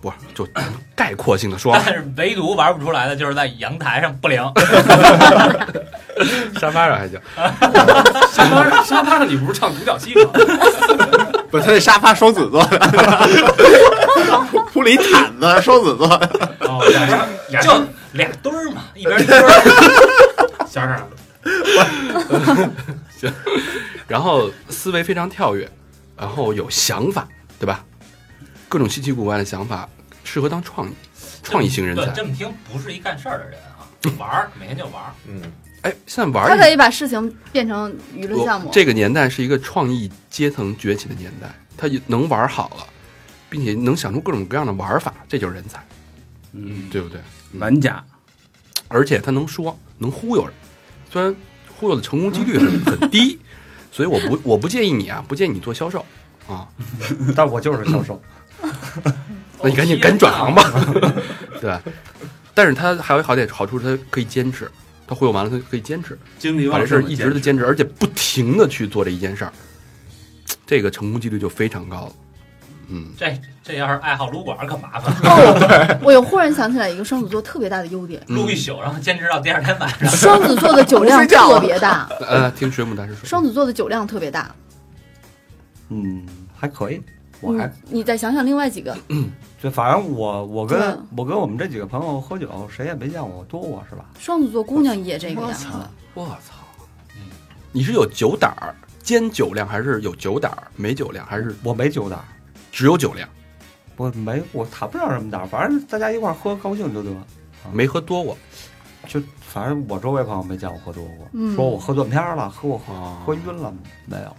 B: 不是就 (coughs) 概括性的说
G: (laughs)
F: 但，是唯独玩不出来的就是在阳台上不灵。
C: 哦
B: 沙发上还行。
C: 沙发上 (laughs) 沙发上你不是唱独角戏吗？
E: 不，他那沙发双子座 (laughs) 的，铺了一毯子，双子座的。
C: 哦，俩人俩
F: 就
C: 人
F: 俩墩儿嘛，一边一墩儿。
C: 小点儿啊
B: 然后思维非常跳跃，然后有想法，对吧？各种稀奇古怪的想法，适合当创意创意型人
F: 对，
B: 才
F: 这。么听不是一干事儿的人啊，
B: (laughs)
F: 玩儿每天就玩儿。
I: 嗯，
B: 哎，现在玩
G: 他
B: 儿
G: 可以把事情变成娱乐项目
B: 我，这个年代是一个创意阶层崛起的年代，他也能玩好了，并且能想出各种各样的玩法，这就是人才，
D: 嗯，
B: 对不对？
D: 玩家，
B: 而且他能说，能忽悠人，虽然忽悠的成功几率很很低，所以我不我不建议你啊，不建议你做销售啊，
H: (laughs) 但我就是销售，
B: 那你赶
F: 哦
B: 紧赶紧转行吧， (laughs) 对吧。但是他还有好点好处，他可以坚持，他忽悠完了他可以坚持，
D: 精力
B: 把
D: 旺
B: 这事
D: 盛
B: 儿
D: 的
B: 一直的
D: 坚
B: 坚持，而且不停的去做这一件事儿，这个成功几率就非常高了。嗯，
F: 这这要是爱好撸管儿可麻烦
B: (laughs)
F: 了，
G: 哦，我又忽然想起来一个双子座特别大的优点，
B: 嗯
F: 撸一宿，然后坚持到第二天晚上。
G: 双子座的酒
B: (laughs)
G: 量特别大，
B: 呃，听水母大师说，
G: 双子座的酒量特别大。
H: 嗯，还可以，我还
G: 嗯，你再想想另外几个，
H: 就反正我我跟
G: 对
H: 我跟我们这几个朋友喝酒，谁也没见我多过是吧？
G: 双子座姑娘也这个样子，
B: 我操，你是有酒胆儿兼酒量，还是有酒胆儿没酒量，还是
H: 我没酒胆儿，
B: 只有酒量？
H: 我没我谈不上什么胆儿，反正大家一块儿喝高兴就得，
B: 没喝多过
H: 就反正我周围朋友没见我喝多过，
G: 嗯
H: 说我喝断片儿了，喝我喝
B: 啊
H: 喝晕了没有？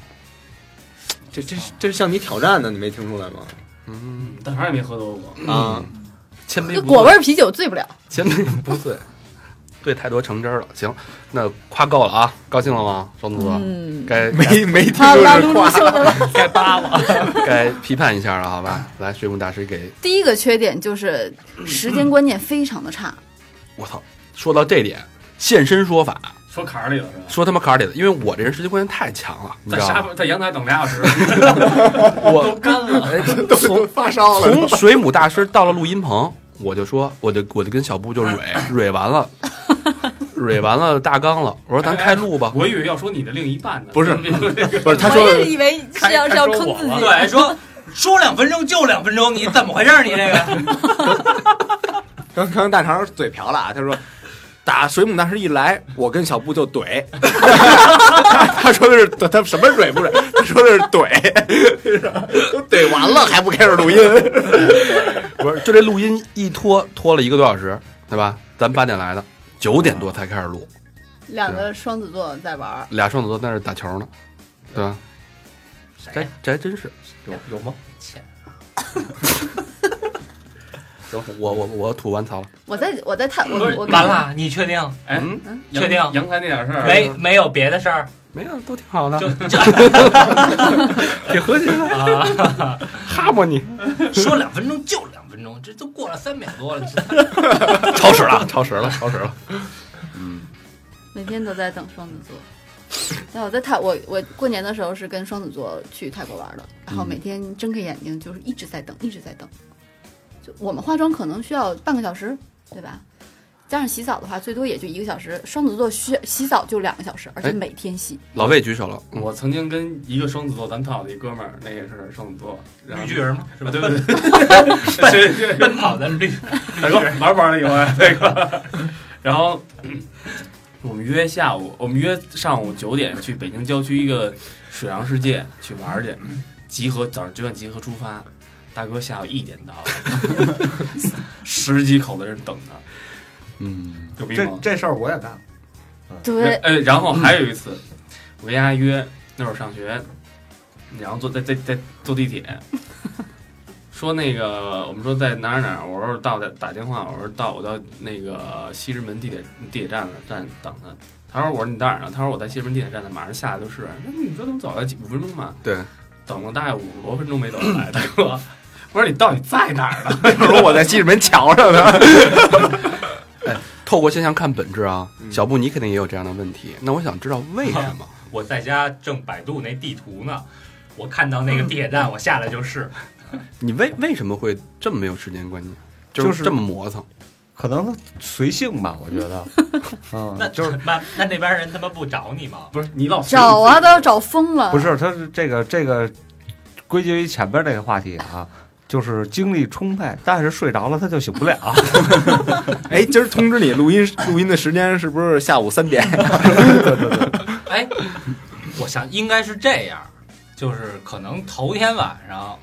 E: 这这是这是向你挑战呢，你没听出来吗？
B: 嗯，
C: 但反正也没喝多过。
E: 啊，
B: 千杯
G: 就
B: 不
G: 果味
B: 醉，
G: 儿啤酒醉不了。
B: 千杯不醉。对太多橙汁儿了。行，那夸够了啊，高兴了吗，双子座？
G: 嗯，
B: 该
E: (laughs) 没没听
G: 拉
E: 说
G: 拉
E: 是
G: 露露
E: 夸，
G: 秀的了。
F: 该扒了。
B: (laughs) 该批判一下了，好吧？来，水母大师给
G: 第一个缺点就是时间观念非常的差，
B: 我操！说到这点，现身说法，
C: 说坎儿里了是吧？
B: 说他妈坎儿里了，因为我这人时间观念太强了，你
C: 在
B: 知道
C: 沙
B: 吗？
C: 发在阳台等俩小时，
B: 我
C: 干了。
E: 都都发烧了。
B: 从水母大师到了录音棚，我就说，我就我就跟小布就蕊蕊完了，蕊完了大纲了，我说咱开录吧。
C: 我以为要说你的另一半呢，
E: 不是
C: 不
E: 不是，他说
G: 我也以为是要
C: 开
G: 是要
C: 开
G: 坑
C: 说我
G: 自
B: 嗯
G: 己。
F: (laughs) 对，说说两分钟就两分钟，你怎么回事儿？你这个
E: 刚刚刚大肠嘴瓢了啊，他说。打水母大师一来，我跟小布就怼。他他说的是他什么蕊不蕊？他说的是怼，都怼完了还不开始录音。
B: 不是，就这录音一拖拖了一个多小时，对吧？咱八点来的，九点多才开始录，
G: 两个双子座在玩儿，
B: 俩双子座在那儿打球呢，对吧？这
F: 谁呀啊
B: 这还真是，
F: 有有吗？
B: (laughs) 行，我我我吐完槽了，
G: 我在我在探我我
F: 完了，你确定
C: (laughs) 哎，
B: 嗯，
F: 确定
C: 阳阳台那点事儿
F: 没没有别的事儿？
B: 没有，都挺好 (laughs) 的，
F: 就就
B: 挺和谐的，
F: 啊，
B: 哈巴你，
F: 说两分钟就两分钟，这都过了三秒多
C: (laughs)
F: 了。
B: 超时了，超时了，超时了。
G: 每天都在等双子座。然后我在泰，我我过年的时候是跟双子座去泰国玩的，然后每天睁开眼睛就是一直在等，一直在等。就我们化妆可能需要半个小时，对吧？加上洗澡的话，最多也就一个小时。双子座需洗澡就两个小时，而且
B: 哎
G: 每天洗。
B: 老魏举手了，嗯
C: 我曾经跟一个双子座，咱们套的一哥们儿，那也是双子座，然后
F: 绿巨人嘛，是吧？
C: 啊，对对对，对对
F: (laughs) 奔跑的绿，
C: 大哥玩不玩了以后
F: (laughs)
C: 啊那个，然后嗯我们约下午，我们约上午九点去北京郊区一个水上世界去玩儿去，集合早上九点集合出发，大哥下午一点
B: (laughs)
C: 到，十几口的人等他，
B: 嗯，
C: 牛逼
H: 这
C: 吗？
H: 这事儿我也干了，
G: 对，
C: 呃，然后还有一次，我跟家约那会儿上学，然后坐在在在坐地铁，说那个我们说在哪儿哪儿，我说到打打电话，我说到我到那个西直门地铁地铁站了站等他。他说：“我说你到哪儿啊？”他说：“我在西直门地铁站呢，马上下来就是。”那你说能走了几五分钟吗？
B: 对，
C: 等了大概五十多分钟没等上来，大哥。我说你到底在哪儿
D: (laughs)
C: 呢？
E: 他说我在西直门桥上呢。 (laughs)
B: 透过现象看本质啊，
E: 嗯
B: 小布你肯定也有这样的问题，那我想知道为什么？
F: 我在家正百度那地图呢，我看到那
C: (laughs)
F: 个地铁站，我下来就是。
B: 你为为什么会这么没有时间观念？
H: 就是
B: 这么磨蹭，
H: 可能随性吧，我觉
G: (laughs)
H: 得，
F: 那
H: 嗯，就是
F: 那那那边人他妈不找你吗？
C: 不是你老
G: 找啊都要找疯了。
H: 不，是，
C: 嗯
H: 他是这个这个归结于前边那个话题啊，就是精力充沛，但是睡着了他就醒不了。 (laughs)
E: 哎，今儿通知你录音录音的时间是不是下午三点？ (laughs)
F: 哎，我想应该是这样，就是可能头天晚上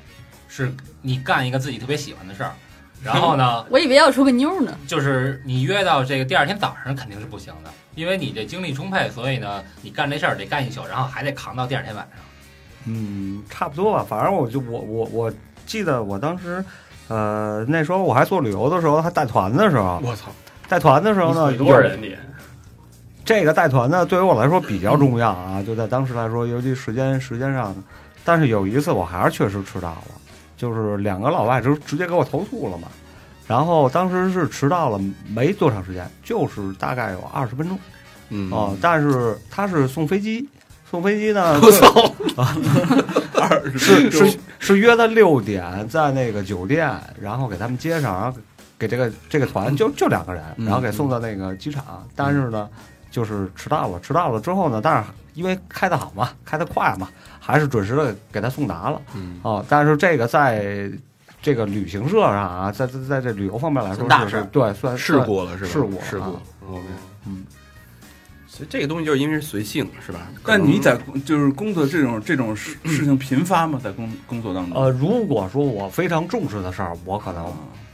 F: 是你干一个自己特别喜欢的事儿，然后呢，
G: 我以为要出个妞呢。
F: 就是你约到这个第二天早上肯定是不行的，因为你这精力充沛，所以呢，你干这事儿得干一宿，然后还得扛到第二天晚上。
H: 嗯，差不多吧。反正我就我我我记得我当时，呃，那时候我还做旅游的时候，还带团的时候，
B: 我操！
H: 带团的时候呢，
C: 你多少
H: 有
C: 人你？
H: 这个带团呢，对于我来说比较重要啊，就在当时来说，尤其时间时间上。但是有一次我还是确实迟到了，就是两个老外就直接给我投诉了嘛。然后当时是迟到了没多长时间，就是大概有二十分钟。
B: 嗯
H: 哦，，但是他是送飞机，送飞机
B: (laughs)
H: 呢，(laughs)
B: 我操！
H: 是是是约的六点在那个酒店，然后给他们接上，然后给这个这个团就就两个人，
B: 嗯
H: 然后给送到那个机场，但是呢，就是迟到了，迟到了之后呢，但是因为开的好嘛，开的快嘛，还是准时的给他送达了。
B: 嗯，
H: 哦，但是这个在这个旅行社上啊，在在在这旅游方面来说
F: 算大
H: 是
F: 事儿
H: 对，算
B: 事，故了是吧？
H: 事故
B: 事故
H: 啊。
B: OK，
H: 嗯。
B: 所以这个东西就是因为是随性，是吧？
D: 但你
B: 在
D: 在就是工作这种这种事事情频发吗？在工工作当中？
H: 呃，如果说我非常重视的事儿，我可能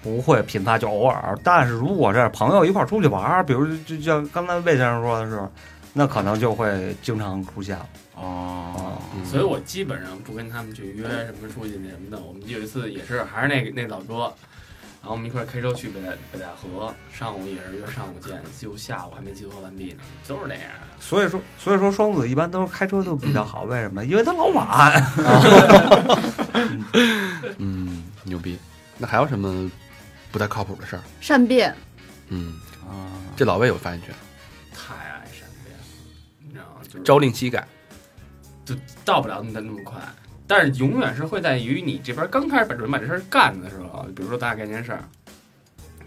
H: 不会频发，就偶尔。但是如果是朋友一块儿出去玩儿，比如就就像刚才魏先生说的是，那可能就会经常出现了。
D: 哦，
C: 所以我基本上不跟他们去约什么出去那什么的。我们有一次也是，还是那个那老哥，然后我们一块儿开车去北戴北戴河，上午也是约上午见，几乎下午还没集合完毕呢，都是这样。
H: 所以说，所以说双子一般都是开车都比较好，为什么？因为他老晚。
B: 嗯，牛逼。那还有什么不太靠谱的事儿？
G: 善变，
B: 嗯，
H: 啊，
B: 这老魏有发言权，
C: 太爱闪电，你知道吗？就是
B: 朝令夕改。
C: 到不了那么那么快，但是永远是会在于你这边刚开始把准备把这事儿干的时候，比如说咱俩干件事儿，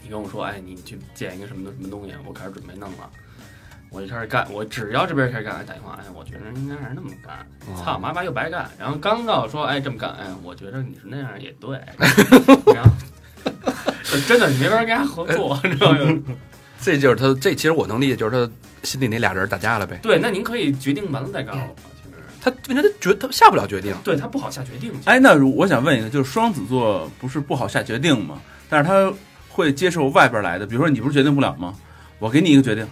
C: 你跟我说，哎，你去建一个什么什么东西，我开始准备弄了，我就开始干，我只要这边开始干，哎，打电话，哎，我觉得应该还是那么干，操妈妈又白干，然后刚告诉我说，哎，这么干，哎，我觉得你是那样也对，然后就 (laughs) 真的你没法跟他合作，你知道吗？
B: 这就是他，这其实我能理解，就是他心里那俩人打架了呗。
C: (laughs) 对，那您可以决定完了再告诉我，其实
B: 他问题他觉得他下不了决定，
C: 对他不好下决定，其实
D: 哎，那如我想问一个，就是双子座不是不好下决定吗？但是他会接受外边来的，比如说你不是决定不了吗？我给你一个决定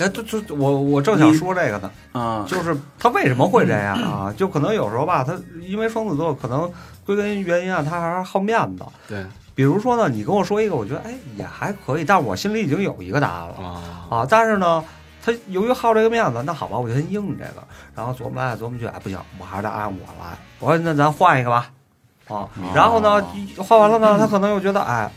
H: 哎，就就我我正想说这个呢，
D: 啊，
H: 就是他为什么会这样啊？就可能有时候吧，他因为双子座可能归根原因啊，他还是好面子。
B: 对
H: 比如说呢，你跟我说一个，我觉得哎也还可以，但我心里已经有一个答案了。
B: 啊，
H: 啊，但是呢，他由于好这个面子，那好吧，我就先应这个，然后琢磨来琢磨去，哎，不行，我还是得按我来。我说那咱换一个吧，
D: 哦
H: 啊，然后呢，一换完了呢，他可能又觉
I: (clears throat)
H: 得，哎，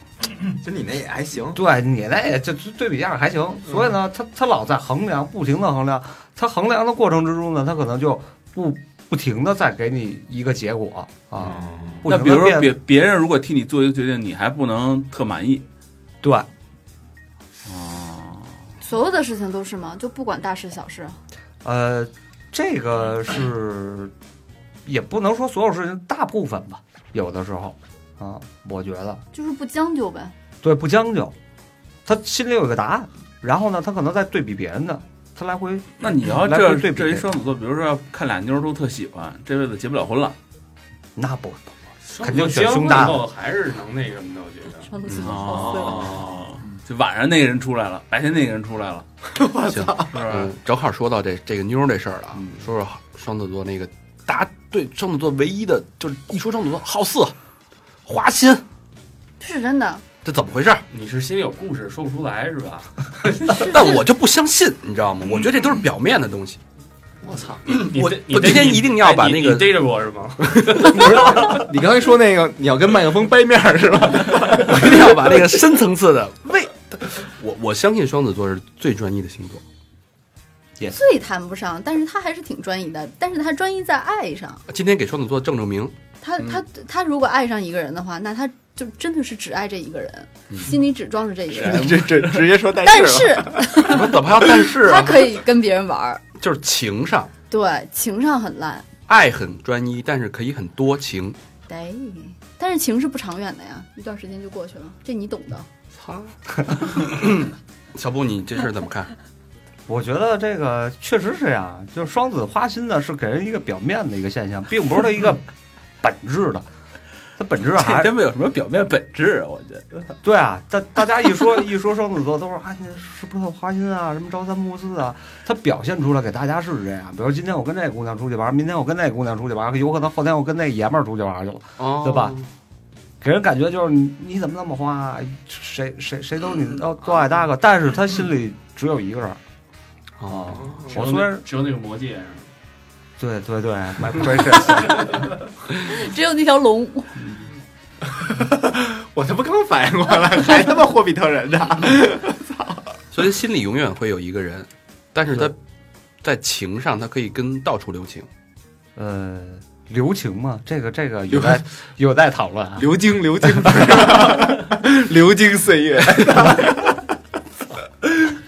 I: 其实你那也还行，嗯
H: 对你那也就对比样还行，所以呢，他他老在衡量，不停的衡量，他衡量的过程之中呢，他可能就不不停的再给你一个结果
I: 哦
H: 啊，不
D: 那
H: 停地
D: 比如说
H: 变
D: 别别人如果替你做一个决定，你还不能特满意
H: 对，
D: 啊？
G: 所有的事情都是吗？就不管大事小事，啊
H: 呃，这个是也不能说所有事情，大部分吧，有的时候啊，我觉得
G: 就是不将就呗。
H: 对不将就，他心里有一个答案，然后呢，他可能在对比别人的，他来回
D: 那你要
H: 来
D: 这
H: 回嗯对比
D: 这一双子座，比如说要看俩妞儿都特喜欢，这辈子结不了婚了
H: 那不不
C: 肯
H: 肯定选胸大的
C: 还是能那什么的，我觉得。
G: 双子座好碎了，
D: 哦，就晚上那个人出来了，白天那个人出来了，
B: 行，
D: 是不是
B: 嗯？，正好说到这这个妞儿这事儿了啊
D: 嗯，
B: 说说双子座那个，大家对双子座唯一的就是一说双子座好色、花心，
G: 这是真的。
B: 这怎么回事儿？
C: 你是心里有故事说不出来是吧？
B: 但我就不相信，你知道吗？我觉得这都是
D: 嗯
B: 表面的东西。
C: 我操！
B: 我
C: 这
B: 我今天
C: 你哎
B: 一定要把
C: 你
B: 那个
C: 你逮着我是吗？
E: 你刚才说那个你要跟麦克风掰面儿是吧？ (laughs)
B: 我一定要把那个深层
D: (laughs)
B: 次的为，我我相信双子座是最专一的星座，
G: 最谈不上，但是他还是挺专一的，但是他专一在爱上，
B: 今天给双子座正正名，
G: 他他他如果爱上一个人的话，那他就真的是只爱这一个人，心里只装着这一个人。
E: 这这直接说带
G: 但
E: 劲
G: 是
B: 怎么怎么还要但是
G: 他
B: 啊？
G: 可以跟别人玩儿，
B: 就是情上
G: 对，情商很烂，
B: 爱很专一，但是可以很多情。
G: 对，哎但是情是不长远的呀，一段时间就过去了，这你懂的。
B: 操！小布，你这事儿怎么看？
H: 我觉得这个确实是这样，就是双子花心呢是给人一个表面的一个现象，并不是它一个本质的，它本质还
D: 这
B: (laughs)
H: 是
D: 真没有什么表面本质啊，我觉得。
H: 对啊，大大家一说 (laughs) 一说双子座，都说啊，你是不是很花心啊？什么朝三暮四啊？他表现出来给大家是这样。比如今天我跟这姑娘出去玩，明天我跟那姑娘出去玩，有可能后天我跟那爷们儿出去玩去了，
B: 哦
H: 对吧？给人感觉就是你你怎么那么花、啊？谁谁谁都你都都爱搭个，但是他心里只有一个人儿。
B: 哦，
C: 只有
H: 我
C: 那
H: 虽然
C: 只有那个魔戒是吧
H: 对对对，买 precious，
G: (laughs) 只有那条龙，
E: 我他妈刚反应过来，还他妈霍比特人呢。
B: 所
E: 嗯
B: 以心里永远会有一个人，但是他在情上，他可以跟到处留情。
H: 呃，留情嘛，这个这个有待有待讨论啊。
E: 流经流经， (laughs) 流经岁月，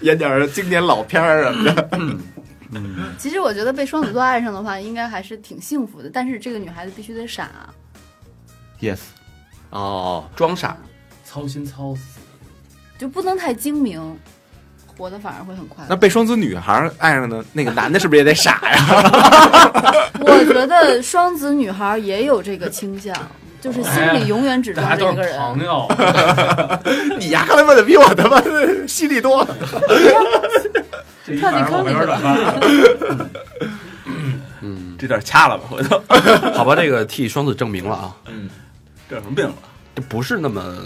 E: 演点儿经典老片儿什么的。
G: 其实我觉得被双子座爱上的话，应该还是挺幸福的，但是这个女孩子必须得傻、
H: Yes，
E: 哦，
B: 装傻，
C: 操心操死。
G: 就不能太精明，活得反而会很快
E: 那
G: 乐。
E: 被双子女孩爱上的那个男的，是不是也得傻呀？ (laughs)
G: 我觉得双子女孩也有这个倾向，就是心里永远只
C: 哎大家
G: 装
C: 都
G: 这
C: 是
G: 一个人。
C: 朋友，
E: 你丫刚才问的比我他妈的犀利多了。
C: 这一晚上我没法转发。
B: 嗯，
D: 这段掐了吧，回头
E: 嗯
B: 好吧，这个替双子证明了啊，
D: 这有什么病了？
B: 这不是那么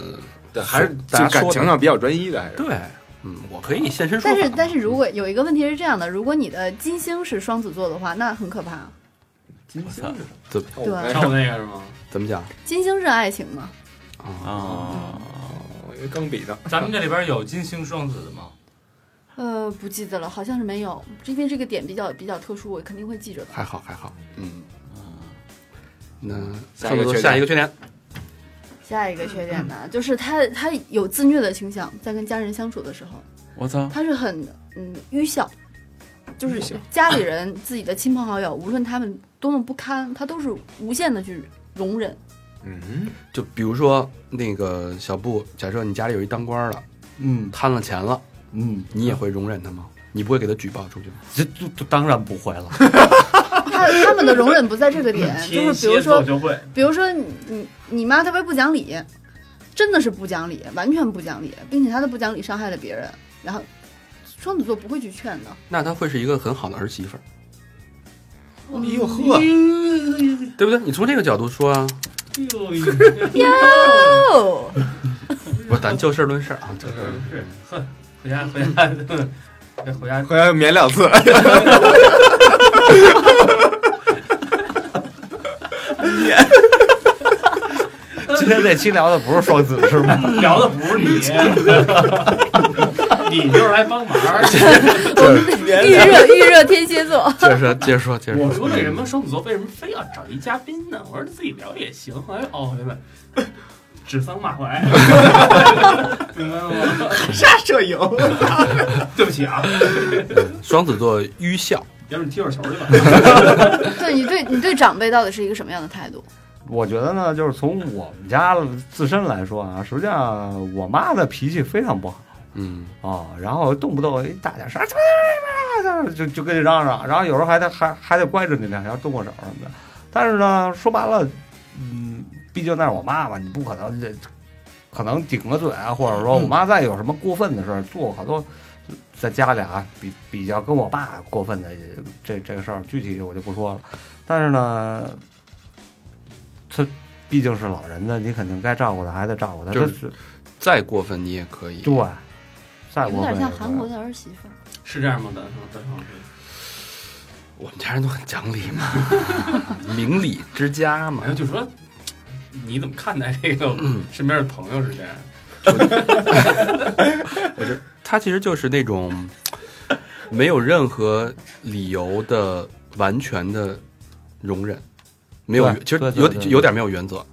I: 对，还是
E: 就
I: 大家
E: 感
I: 说
E: 情
I: 的
E: 上比较专一的，还是
B: 对，嗯，我可以现身说
G: 但
B: 法
G: 是
B: 嘛。
G: 但是如果有一个问题是这样的，如果你的金星是双子座的话，那很可怕。
D: 我操
G: 对，
C: 跳舞那个是吗？
B: 怎么讲
G: 金星是爱情嘛？
D: 啊！
E: 我觉得刚比的，
F: (laughs) 咱们这里边有金星双子的吗？
G: 呃，不记得了，好像是没有，因为这个点比较比较特殊，我肯定会记着的。
B: 还好还好，嗯那
E: 下一个缺点
B: 下一个缺点，
G: 下一个缺点呢，就是他他有自虐的倾向，在跟家人相处的时候，
D: 我操！
G: 他是很嗯愚孝，就是
E: 愚孝
G: 家里人、自己的亲朋好友，无论他们多么不堪，他都是无限的去容忍。
E: 嗯，
B: 就比如说那个小布，假设你家里有一当官的，
H: 嗯
B: 贪了钱了，
H: 嗯，
B: 你也会容忍他吗？你不会给他举报出去吗？
H: 这这这当然不会了。
G: 他他们的容忍不在这个点，
F: (laughs)
G: 就
C: 天
G: 是比如
C: 蝎
G: 说
C: 座就会，
G: 比如说你你你妈特别不讲理，真的是不讲理，完全不讲理，并且她的不讲理伤害了别人，然后双子座不会去劝的。
B: 那他会是一个很好的儿媳妇儿，
E: 哎呦呵，
B: 对不对？你从这个角度说啊，
G: 哦，
B: 不是，咱就事论事啊，就事论事
C: 是，哼，回家回家，哼回家 (laughs)
E: 回来免两次，
H: 今天这期聊的不是双子是吗？
F: 聊的不是你，你就是来帮忙儿。
G: 预热预热天蝎座，
B: 接着说，接着说，接着
C: 我说那什么双子座为什么非要找一嘉宾呢？我说自己聊也行。后来哦，原来指桑骂槐， (laughs) 明白了吗？
E: 啥摄影？
C: 对不起啊，
B: 双子座愚孝，
C: 要不你踢会儿球去吧。
G: 对你对你对长辈到底是一个什么样的态度？
H: 我觉得呢，就是从我们家自身来说啊，实际上我妈的脾气非常不好
B: 嗯，
H: 啊，然后动不动一大点声，啊就就就跟你嚷嚷，然后有时候还得还还得乖着你两下，动过手什么的。但是呢，说白了，嗯，毕竟那是我妈嘛，你不可能这可能顶个嘴啊，或者说我妈再有什么过分的事儿，做好多在家里啊，比比较跟我爸过分的这这个事儿，具体我就不说了。但是呢，他毕竟是老人呢，你肯定该照顾他，还得照顾他。
B: 就是
H: 这是
B: 再过分你也可以，
H: 对，再
G: 有
H: 过分也
G: 点像
H: 是
G: 韩国的儿媳妇儿。
C: 是这样吗？大成大成老师，
B: 我们家人都很讲理嘛， (laughs) 明理之家嘛
C: 哎，，就说你怎么看待这个
B: 嗯
C: 身边的朋友是这样？
B: 他其实就是那种没有任何理由的完全的容忍，没有
H: 对，
B: 其实
H: 对对
B: 有
H: 对
B: 点
H: 对
B: 有点没有原则。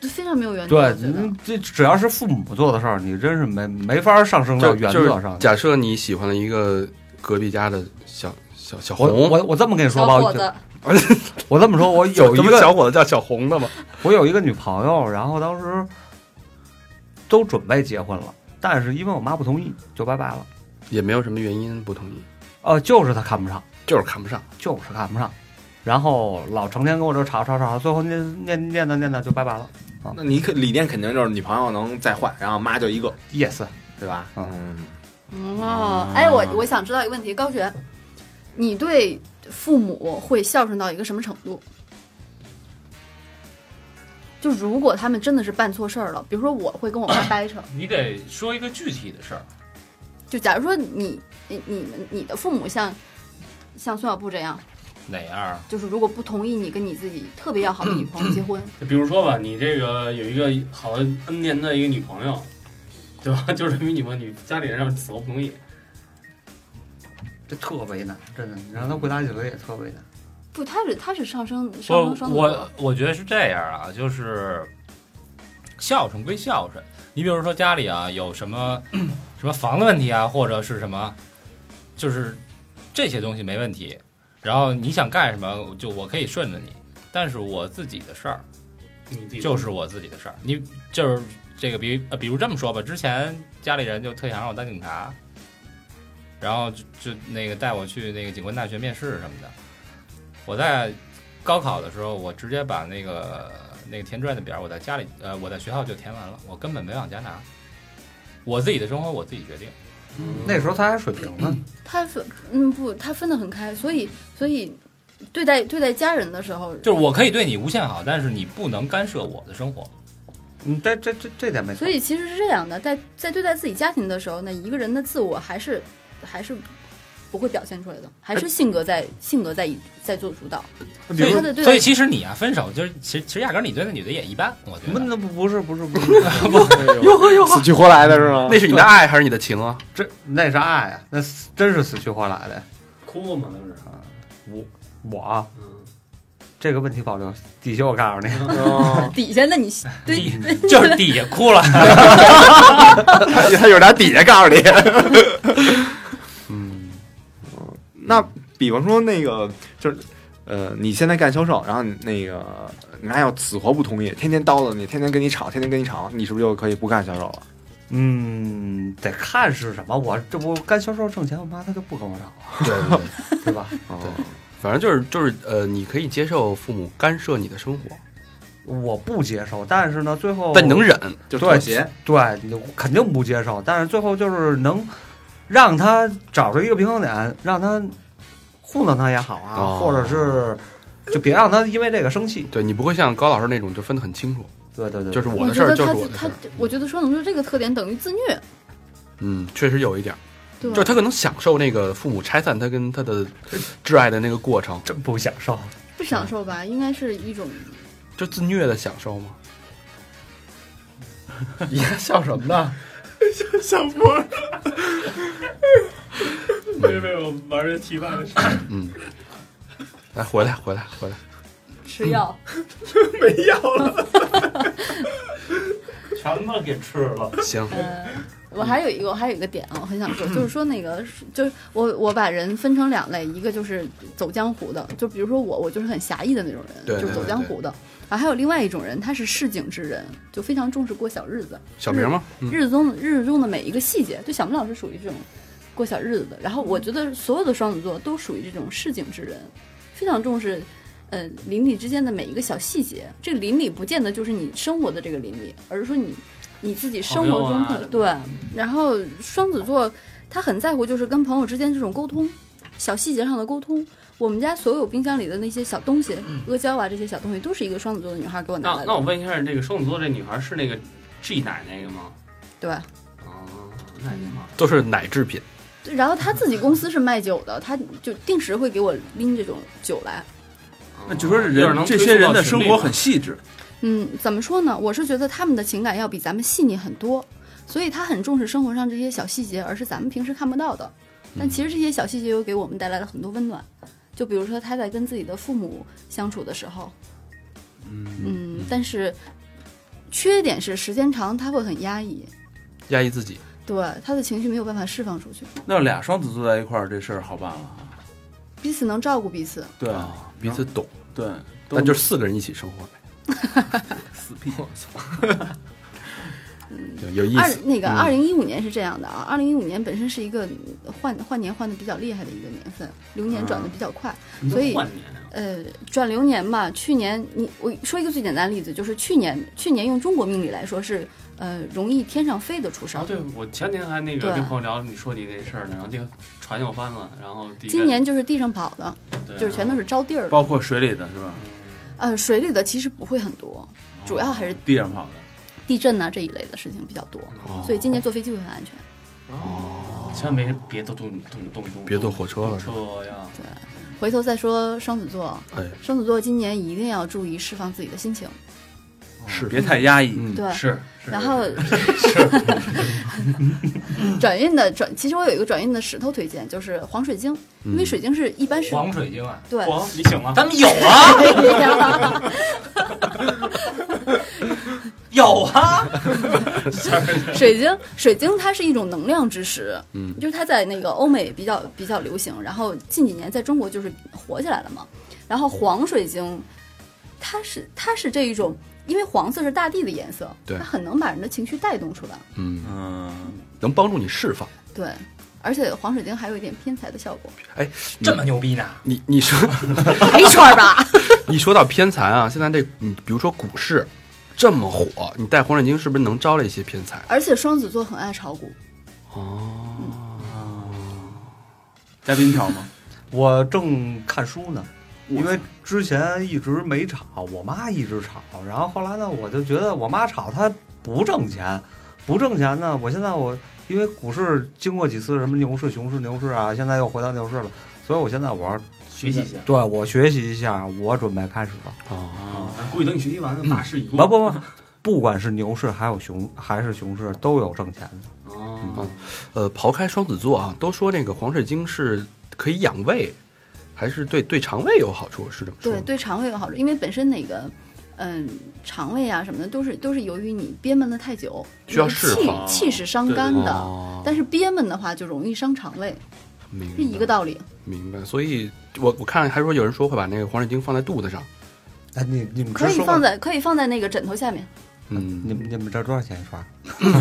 G: 就非常没有原则，
H: 对
G: 我觉，得
H: 嗯这只要是父母做的事儿，你真是没没法上升到
B: 就
H: 原
B: 就
H: 则
B: 是
H: 上去。
B: 假设你喜欢了一个隔壁家的小小小
H: 我
B: 红，
H: 我我这么跟你说
G: 小
H: 吧，
G: 伙
H: 我就
G: 子，
H: 我这么说，我有一
B: (laughs) 怎么
H: 个
B: 小伙子叫小红的嘛，
H: 我有一个女朋友，然后当时都准备结婚了，但是因为我妈不同意，就拜拜了。
B: (laughs) 也没有什么原因不同意，
H: 呃，就是她看不上，
B: 就是看不上。
H: 就是看不上，然后老成天跟我这吵吵吵，最后念念念叨念叨就拜拜了。
E: 那你肯理念肯定就是女朋友能再换，然后妈就一个，
H: Yes，
E: 对吧？
H: 嗯
E: 嗯，
G: 嗯哦，哎，我我想知道一个问题，高璇，你对父母会孝顺到一个什么程度？就如果他们真的是办错事儿了，比如说我会跟我妈掰扯，
F: 你得说一个具体的事儿。
G: 就假如说你你你们你的父母像像孙小布这样，
F: 哪样？
G: 就是如果不同意你跟你自己特别要好的女
F: (clears throat)
G: 朋友结婚，
C: 就比如说吧，你这个有一个好 N 年的一个女朋友，对吧？就是因为你们你家里人让死活不同意，
H: 这特为难，真的，你让她回答起来也特为难。
G: 不，他是他是上升上
F: 我
G: 升双子座
F: 我我觉得是这样啊，就是孝顺归孝顺，你比如说家里啊有什么 (clears throat) 什么房的问题啊，或者是什么，就是这些东西没问题。然后你想干什么，就我可以顺着你，但是我自己的事儿
C: 你自己
F: 就是我自己的事儿。你就是这个比呃，比如这么说吧，之前家里人就特想让我当警察，然后就就那个带我去那个警官大学面试什么的。我在高考的时候，我直接把那个那个填志愿的表，我在家里呃我在学校就填完了，我根本没往家拿。我自己的生活我自己决定，
H: 那时候她还水平呢，
G: 他分嗯不，他分得很开，所以所以对待对待家人的时候，
F: 就是我可以对你无限好，但是你不能干涉我的生活。
H: 嗯，这这这这点没错。
G: 所以其实是这样的，在在对待自己家庭的时候，那一个人的自我还是还是不会表现出来的，还是性格在性格在在做主导。所
E: 比如
G: 以他
E: 说
G: 的对
F: 所以
G: 待，
F: 其实你啊，分手就是其实其实压根儿你对那女的也一般，我觉
H: 不
F: 得。
H: 那不不是不是不是，
E: 死去活来的是吗？
B: 那是你的爱还是你的情啊？
H: 这那是爱呀，那是真是死去活来的呀。
C: (laughs) 哭嘛
H: (laughs)
C: 当时，
H: 我
C: 嗯，
H: 这个问题保留，底下我告诉你，
E: 哦
G: 底下那你对
F: 底就是底下哭了，
E: (laughs) 他有点底下告诉你。
B: (laughs) 嗯，
E: 那比方说那个就是，呃，你现在干销售，然后你那个人家要死活不同意，天天叨叨你，天天跟你吵，天天跟你吵，你是不是就可以不干销售了？
H: 嗯，得看是什么。我这不干销售挣钱，我妈她就不跟我吵啊，
B: 对对对，
H: 对吧？
B: (laughs)
H: (laughs)
B: 哦反正就是就是呃，你可以接受父母干涉你的生活，
H: 我不接受，但是呢，最后
B: 但你能忍。
E: 就
H: 对，对，你肯定不接受，但是最后就是能让他找着一个平衡点，让他糊弄他也好啊，
B: 哦
H: 或者是就别让他因为这个生气。
B: 对你不会像高老师那种就分得很清楚，
H: 对对对，
B: 就是我
G: 我
B: 的
G: 觉
B: 事儿
G: 得
B: 就是
G: 他
B: 我的事
G: 他
B: 儿。，
G: 我觉得双子座这个特点等于自虐，
B: 嗯，确实有一点儿，
G: 对
B: 就
G: 吧
B: 是他可能享受那个父母拆散他跟他的挚爱的那个过程，
H: 真不享受。
G: 不享受吧，应该是一种
B: 就自虐的享受 (laughs) 嘛。
I: 你在笑什么
D: (laughs)
I: 呢？
C: (laughs) 因为我玩的题外的事，
B: (coughs) 嗯，来回来回来回来，
G: 吃药。
F: 全他给吃了。
B: 行，
D: 嗯
G: 呃，我还有一个，我还有一个点啊，我很想说，就是说那个，就是我我把人分成两类，一个就是走江湖的，就比如说我，我就是很侠义的那种人，
B: 对对
G: 就是走
B: 对
G: 江
B: 对
G: 湖的。啊，还有另外一种人，他是市井之人，就非常重视过小日子，
B: 小明吗？嗯，
G: 日子中日子中的每一个细节，对小明老师属于这种过小日子的。然后我觉
C: 嗯
G: 得所有的双子座都属于这种市井之人，非常重视。呃，邻里之间的每一个小细节，这个邻里不见得就是你生活的这个邻里，而是说你你自己生活
C: 朋
G: 中
C: 友啊
G: 的、对。然后双子座他很在乎就是跟朋友之间这种沟通，小细节上的沟通。我们家所有冰箱里的那些小东西，阿胶啊这些小东西，都是一个双子座的女孩给我拿
C: 那
G: 来
C: 嗯那
G: 的，
C: 我问一下，这个双子座这女孩是那个 G 奶那个吗？
G: 对。
C: 哦，那挺好。
B: 都是奶制品。
G: 然后他自己公司是卖酒的，他就定时会给我拎这种酒来。
D: 那就说
C: 哦就是
D: 人
C: 能
D: 这
C: 追
D: 些
C: 溯
D: 人
C: 到
D: 的
C: 群
D: 生
C: 里
D: 活
C: 嘛
D: 很细致，
G: 嗯，怎么说呢？我是觉得他们的情感要比咱们细腻很多，所以他很重视生活上这些小细节，而是咱们平时看不到的。但其实这些小细节又给我们带来了很多温暖。就比如说他在跟自己的父母相处的时候，
B: 嗯，
G: 嗯，但是缺点是时间长他会很压抑，
B: 压抑自己。
G: 对他的情绪没有办法释放出去，
D: 那俩双子座在一块儿，这事儿好办了啊。
G: 彼此能照顾彼此。
D: 对
B: 啊，彼此懂，
D: 对，都
B: 但就是四个人一起生活呗。
D: (laughs) 死屁。
B: 对， (laughs) 有意
G: 二
B: 思。
G: 那个
B: 嗯
G: 二零一五年是这样的啊，二零一五年本身是一个换换年换的比较厉害的一个年份，流年转的比较快，所以
C: 换年
G: 呃转流年嘛，去年你我说一个最简单的例子，就是去年去年用中国命理来说是呃容易天上飞的出
C: 啊，
G: 生，
C: 对我前天还那
G: 对
C: 个跟朋友聊你说你那事儿呢，然后这个船又翻了，然后地
G: 今年就是地上跑的，
C: 对
G: 就是全都是招地儿的，
D: 包括水里的是吧？
G: 呃水里的其实不会很多，主要还是
D: 地上跑的。
G: 地震呐、这一类的事情比较多，
B: 哦
G: 所以今年坐飞机会很安全。
C: 千万没别动动动动动，
B: 别坐火车了，是吧？
C: 车呀，
G: 回头再说双子座，
B: 哎，
G: 双子座今年一定要注意释放自己的心情，
D: 是，别太压抑。
B: 嗯，
G: 对。
C: 是是，
G: 然后 (laughs) 转运的转，其实我有一个转运的石头推荐，就是黄水晶，因为水晶是一般是
F: 黄水晶啊，
G: 对。
C: 黄你醒了，
F: 咱们有啊，有啊，
G: (laughs) 水晶，水晶它是一种能量之石，
B: 嗯，
G: 就是它在那个欧美比较比较流行，然后近几年在中国就是火起来了嘛。然后黄水晶，它是它是这一种，因为黄色是大地的颜色，
B: 对
G: 它很能把人的情绪带动出来，
B: 嗯，
D: 嗯，
B: 能帮助你释放。
G: 对。而且黄水晶还有一点偏财的效果，
F: 这么牛逼呢？
B: 你你说 (laughs)
G: 没错儿吧？
B: 一说到偏财啊，现在这你比如说股市这么火，你戴黄水晶是不是能招来一些偏财？
G: 而且双子座很爱炒股，
B: 哦，
D: 嘉宾票吗？
H: 我正看书呢，因为之前一直没吵，我妈一直吵，然后后来呢，我就觉得我妈吵她不挣钱，不挣钱呢，我现在我因为股市经过几次什么牛市、熊市、牛市啊，现在又回到牛市了，所以我现在我要
C: 学习一下。
H: 对我学习一下，我准备开始了。
B: 哦，
C: 啊估计等你学习完
D: 嗯
C: 了，大势已
H: 不
C: 过。
H: 不 (laughs) 不，不管是牛市还有熊还是熊市，都有挣钱的。
C: 哦，
B: 呃，刨开双子座啊，都说那个黄水晶是可以养胃，还是对对肠胃有好处，是这么说
G: 对
B: 吗？
G: 对肠胃有好处，因为本身那个，嗯，肠胃啊什么的都是都是由于你憋闷的太久，
B: 需要
G: 你的
B: 释
G: 气
B: 放啊
G: 气是伤肝的，
B: 哦，
G: 但是憋闷的话就容易伤肠胃，
B: 明白
G: 是一个道理。
B: 明白。所以我我看还说有人说会把那个黄水晶放在肚子上，
H: 哎，你你们
G: 可以
H: 说
G: 放在可以放在那个枕头下面，
B: 嗯，
H: 你们你们这多少钱一串？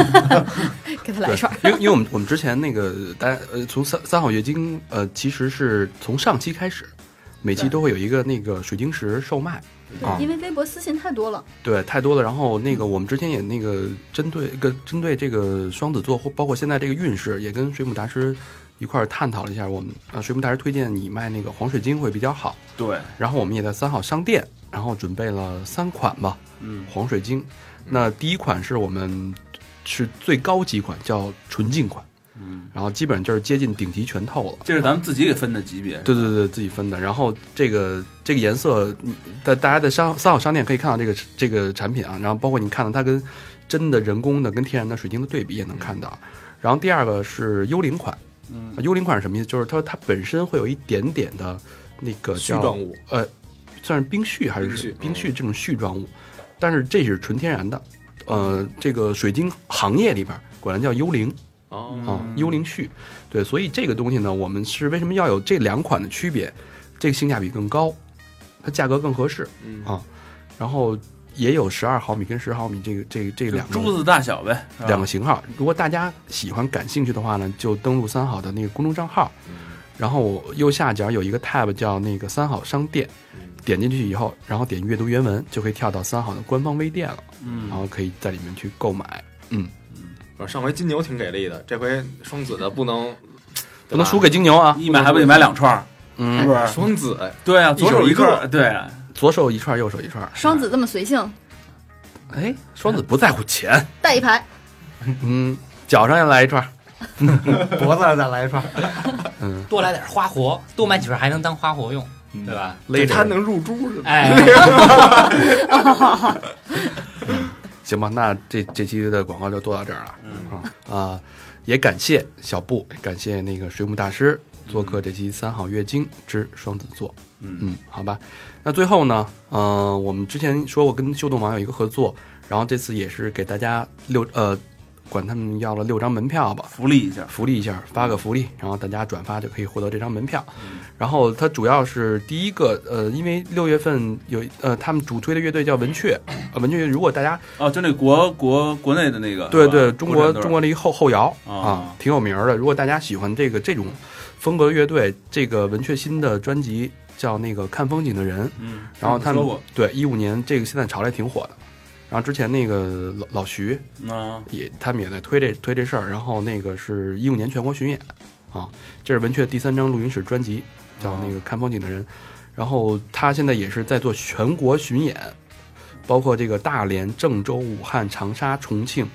G: 给它来一串儿。
B: 因为因为我们我们之前那个大家呃从三三好月经呃其实是从上期开始，每期
G: 对
B: 都会有一个那个水晶石售卖，啊
G: 对，因为微博私信太多了，
B: 对，太多了。然后那个
G: 嗯
B: 我们之前也那个针对跟针对这个双子座或包括现在这个运势，也跟水母大师一块儿探讨了一下。我们啊，水母大师推荐你卖那个黄水晶会比较好。
D: (laughs) 对，
B: 然后我们也在三好商店，然后准备了三款吧
D: 嗯，
B: 黄水晶。那第一款是我们是最高级款，叫纯净款，
D: 嗯，
B: 然后基本就是接近顶级全透了。
D: 这是咱们自己给分的级别，
B: 对对对，自己分的。然后这个这个颜色，嗯大大家在商三好商店可以看到这个这个产品啊，然后包括你看到它跟真的人工的跟天然的水晶的对比也能看
E: 嗯
B: 到。然后第二个是幽灵款，
D: 嗯，
B: 幽灵款是什么意思？就是它它本身会有一点点的那个
E: 絮
B: 叫
E: 状物，
B: 呃，算是冰絮还是
E: 冰絮嗯
B: 冰絮这种絮状物，但是这是纯天然的。呃，这个水晶行业里边儿管它叫幽灵，
E: 哦，
B: 啊，
D: 嗯
B: 幽灵絮，对，所以这个东西呢，我们是为什么要有这两款的区别？这个性价比更高，它价格更合适，
E: 嗯
B: 啊然后也有十二毫米跟十毫米这个这个这
D: 就
B: 两
D: 珠
B: 个
D: 子啊大小呗，
B: 两个型号。如果大家喜欢感兴趣的话呢，就登录三好的那个公众账号，
D: 嗯
B: 然后右下角有一个 tab 叫那个三好商店，
D: 嗯
B: 点进去以后，然后点阅读原文，就可以跳到三好的官方微店了，
D: 嗯
B: 然，后可以在里面去购买，
E: 反正上回金牛挺给力的，这回双子的不能
B: 不能输给金牛啊，
D: 一买还不得买两串儿？
B: 嗯，
E: 对吧双子，
D: 对啊，
E: 一手
D: 左手
E: 一
D: 一
E: 个
D: 个，对，啊
B: 左手一串，右手一串。
G: 双子这么随性，
B: 哎，双子不在乎钱，
G: 带一排，
B: 嗯，脚上也来一串儿，
H: 脖子上 (laughs) 再来一串。
B: 嗯，
F: 多来点花活，多买几份还能当花活用，对吧？
B: 勒
E: 他
B: 着。
E: 能入珠是吧？
F: 哎，
B: 行吧，那这这期的广告就做到这儿了。
D: 嗯
B: 啊、啊也感谢小布，感谢那个水母大师做客这期《三好月经之双子座》。
D: 嗯，
B: 嗯，好吧。那最后呢，呃，我们之前说过跟秀动网有一个合作，然后这次也是给大家六呃，管他们要了六张门票吧。
D: 福利一下，
B: 福利一下，发个福利，然后大家转发就可以获得这张门票。
D: 嗯
B: 然后它主要是第一个，呃，因为六月份有呃他们主推的乐队叫文雀，呃，文雀如果大家
D: 哦，就那国国国内的那个，
B: 对
D: 是吧
B: 对中国中国的一个后后摇
D: 啊
B: 啊，挺有名儿的。如果大家喜欢这个这种风格的乐队，这个文雀新的专辑叫那个看风景的人，
D: 嗯，
B: 然后他们
D: 说过
B: 对一五年这个现在潮来挺火的。然后之前那个老老徐
D: 啊，
B: 也他们也在推这推这事儿，然后那个是一五年全国巡演啊，这是文雀第三张录音室专辑，叫那个看风景的人，然后他现在也是在做全国巡演，包括这个大连、郑州、武汉、长沙、重庆、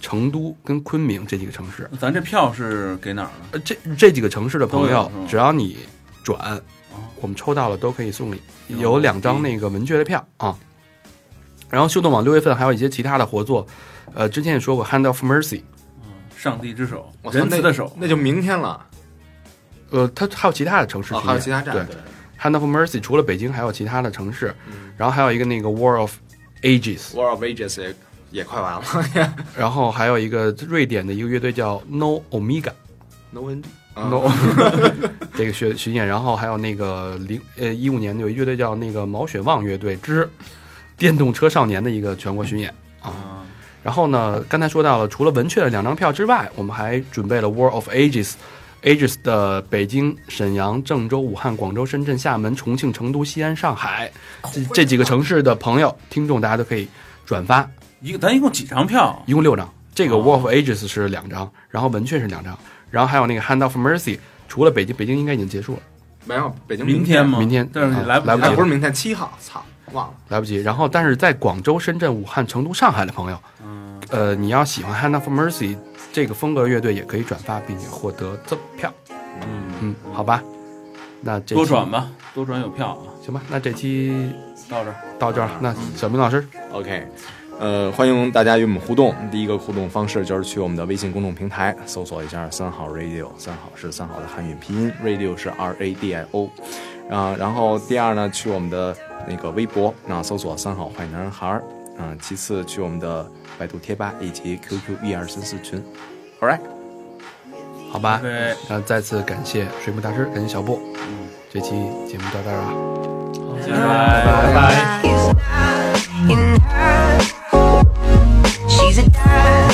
B: 成都跟昆明这几个城市，
D: 咱这票是给哪儿呢？
B: 呃，这这几个城市的朋
D: 都有
B: 友
D: 是吗，
B: 只要你转，我们抽到了都可以送礼，有两张那个文雀的票啊。然后秀动网六月份还有一些其他的合作，呃，之前也说过 Hand of Mercy，
D: 上帝之手，
E: 我操
D: 仁慈
E: 那
D: 的手，
E: 那就明天了，
B: 呃，它还有其他的城市
E: 哦
B: 巡演、
E: 还有其他站，
B: 对
E: 对，
B: ，Hand of Mercy 除了北京还有其他的城市，
E: 嗯
B: 然后还有一个那个 War of Ages，
E: ，War of Ages 也也快完了 (laughs)
B: 然后还有一个瑞典的一个乐队叫 No Omega。
E: ，No N 啊 G，
B: no，这 (laughs) 个巡巡演，然后还有那个零呃一五年有一乐队叫那个毛血旺乐队之电动车少年的一个全国巡演啊。
D: 啊，
B: 然后呢，刚才说到了，除了文雀的两张票之外，我们还准备了 War of Ages。Ages 的北京、沈阳、郑州、武汉、广州、深圳、厦门、重庆、成都、西安、上海这这几个城市的朋友、听众，大家都可以转发，
D: 一个咱一共几张票？
B: 一共六张。这个 War of Ages 是两张，然后文雀是两张，然后还有那个 Hand of Mercy，除了北京，北京应该已经结束了。
J: 没有北京
C: 明天吗？
B: 明天
C: 但是
B: 啊
C: 来不及
B: 来
C: 了
J: 哎，
B: 及
J: 不是明天，七号，操，忘了。
B: 来不及。然后，但是在广州、深圳、武汉、成都、上海的朋友，
C: 嗯，
B: 呃，你要喜欢 Hannah for Mercy 这个风格乐队，也可以转发并且获得赠票。
C: 嗯，
B: 嗯，好吧，那这期
C: 多转吧，多转有票啊，
B: 行吧，那这期
C: 到这儿，
B: 到这儿，那小明老师，
E: OK，呃，欢迎大家与我们互动。第一个互动方式就是去我们的微信公众平台搜索一下“三好 radio”，三好是三好的汉语拼音，radio 是 R A D I O。啊、然后第二呢，去我们的那个微博，那、搜索“三好坏男孩”儿。嗯、其次去我们的百度贴吧以及 QQ 一二三四群。All right，
B: 好吧，
C: 对，
B: 那再次感谢水木大师，感谢小布，
C: 嗯
B: 这期节目到这儿了。
C: 拜拜。
K: 拜拜。
L: She's a dime.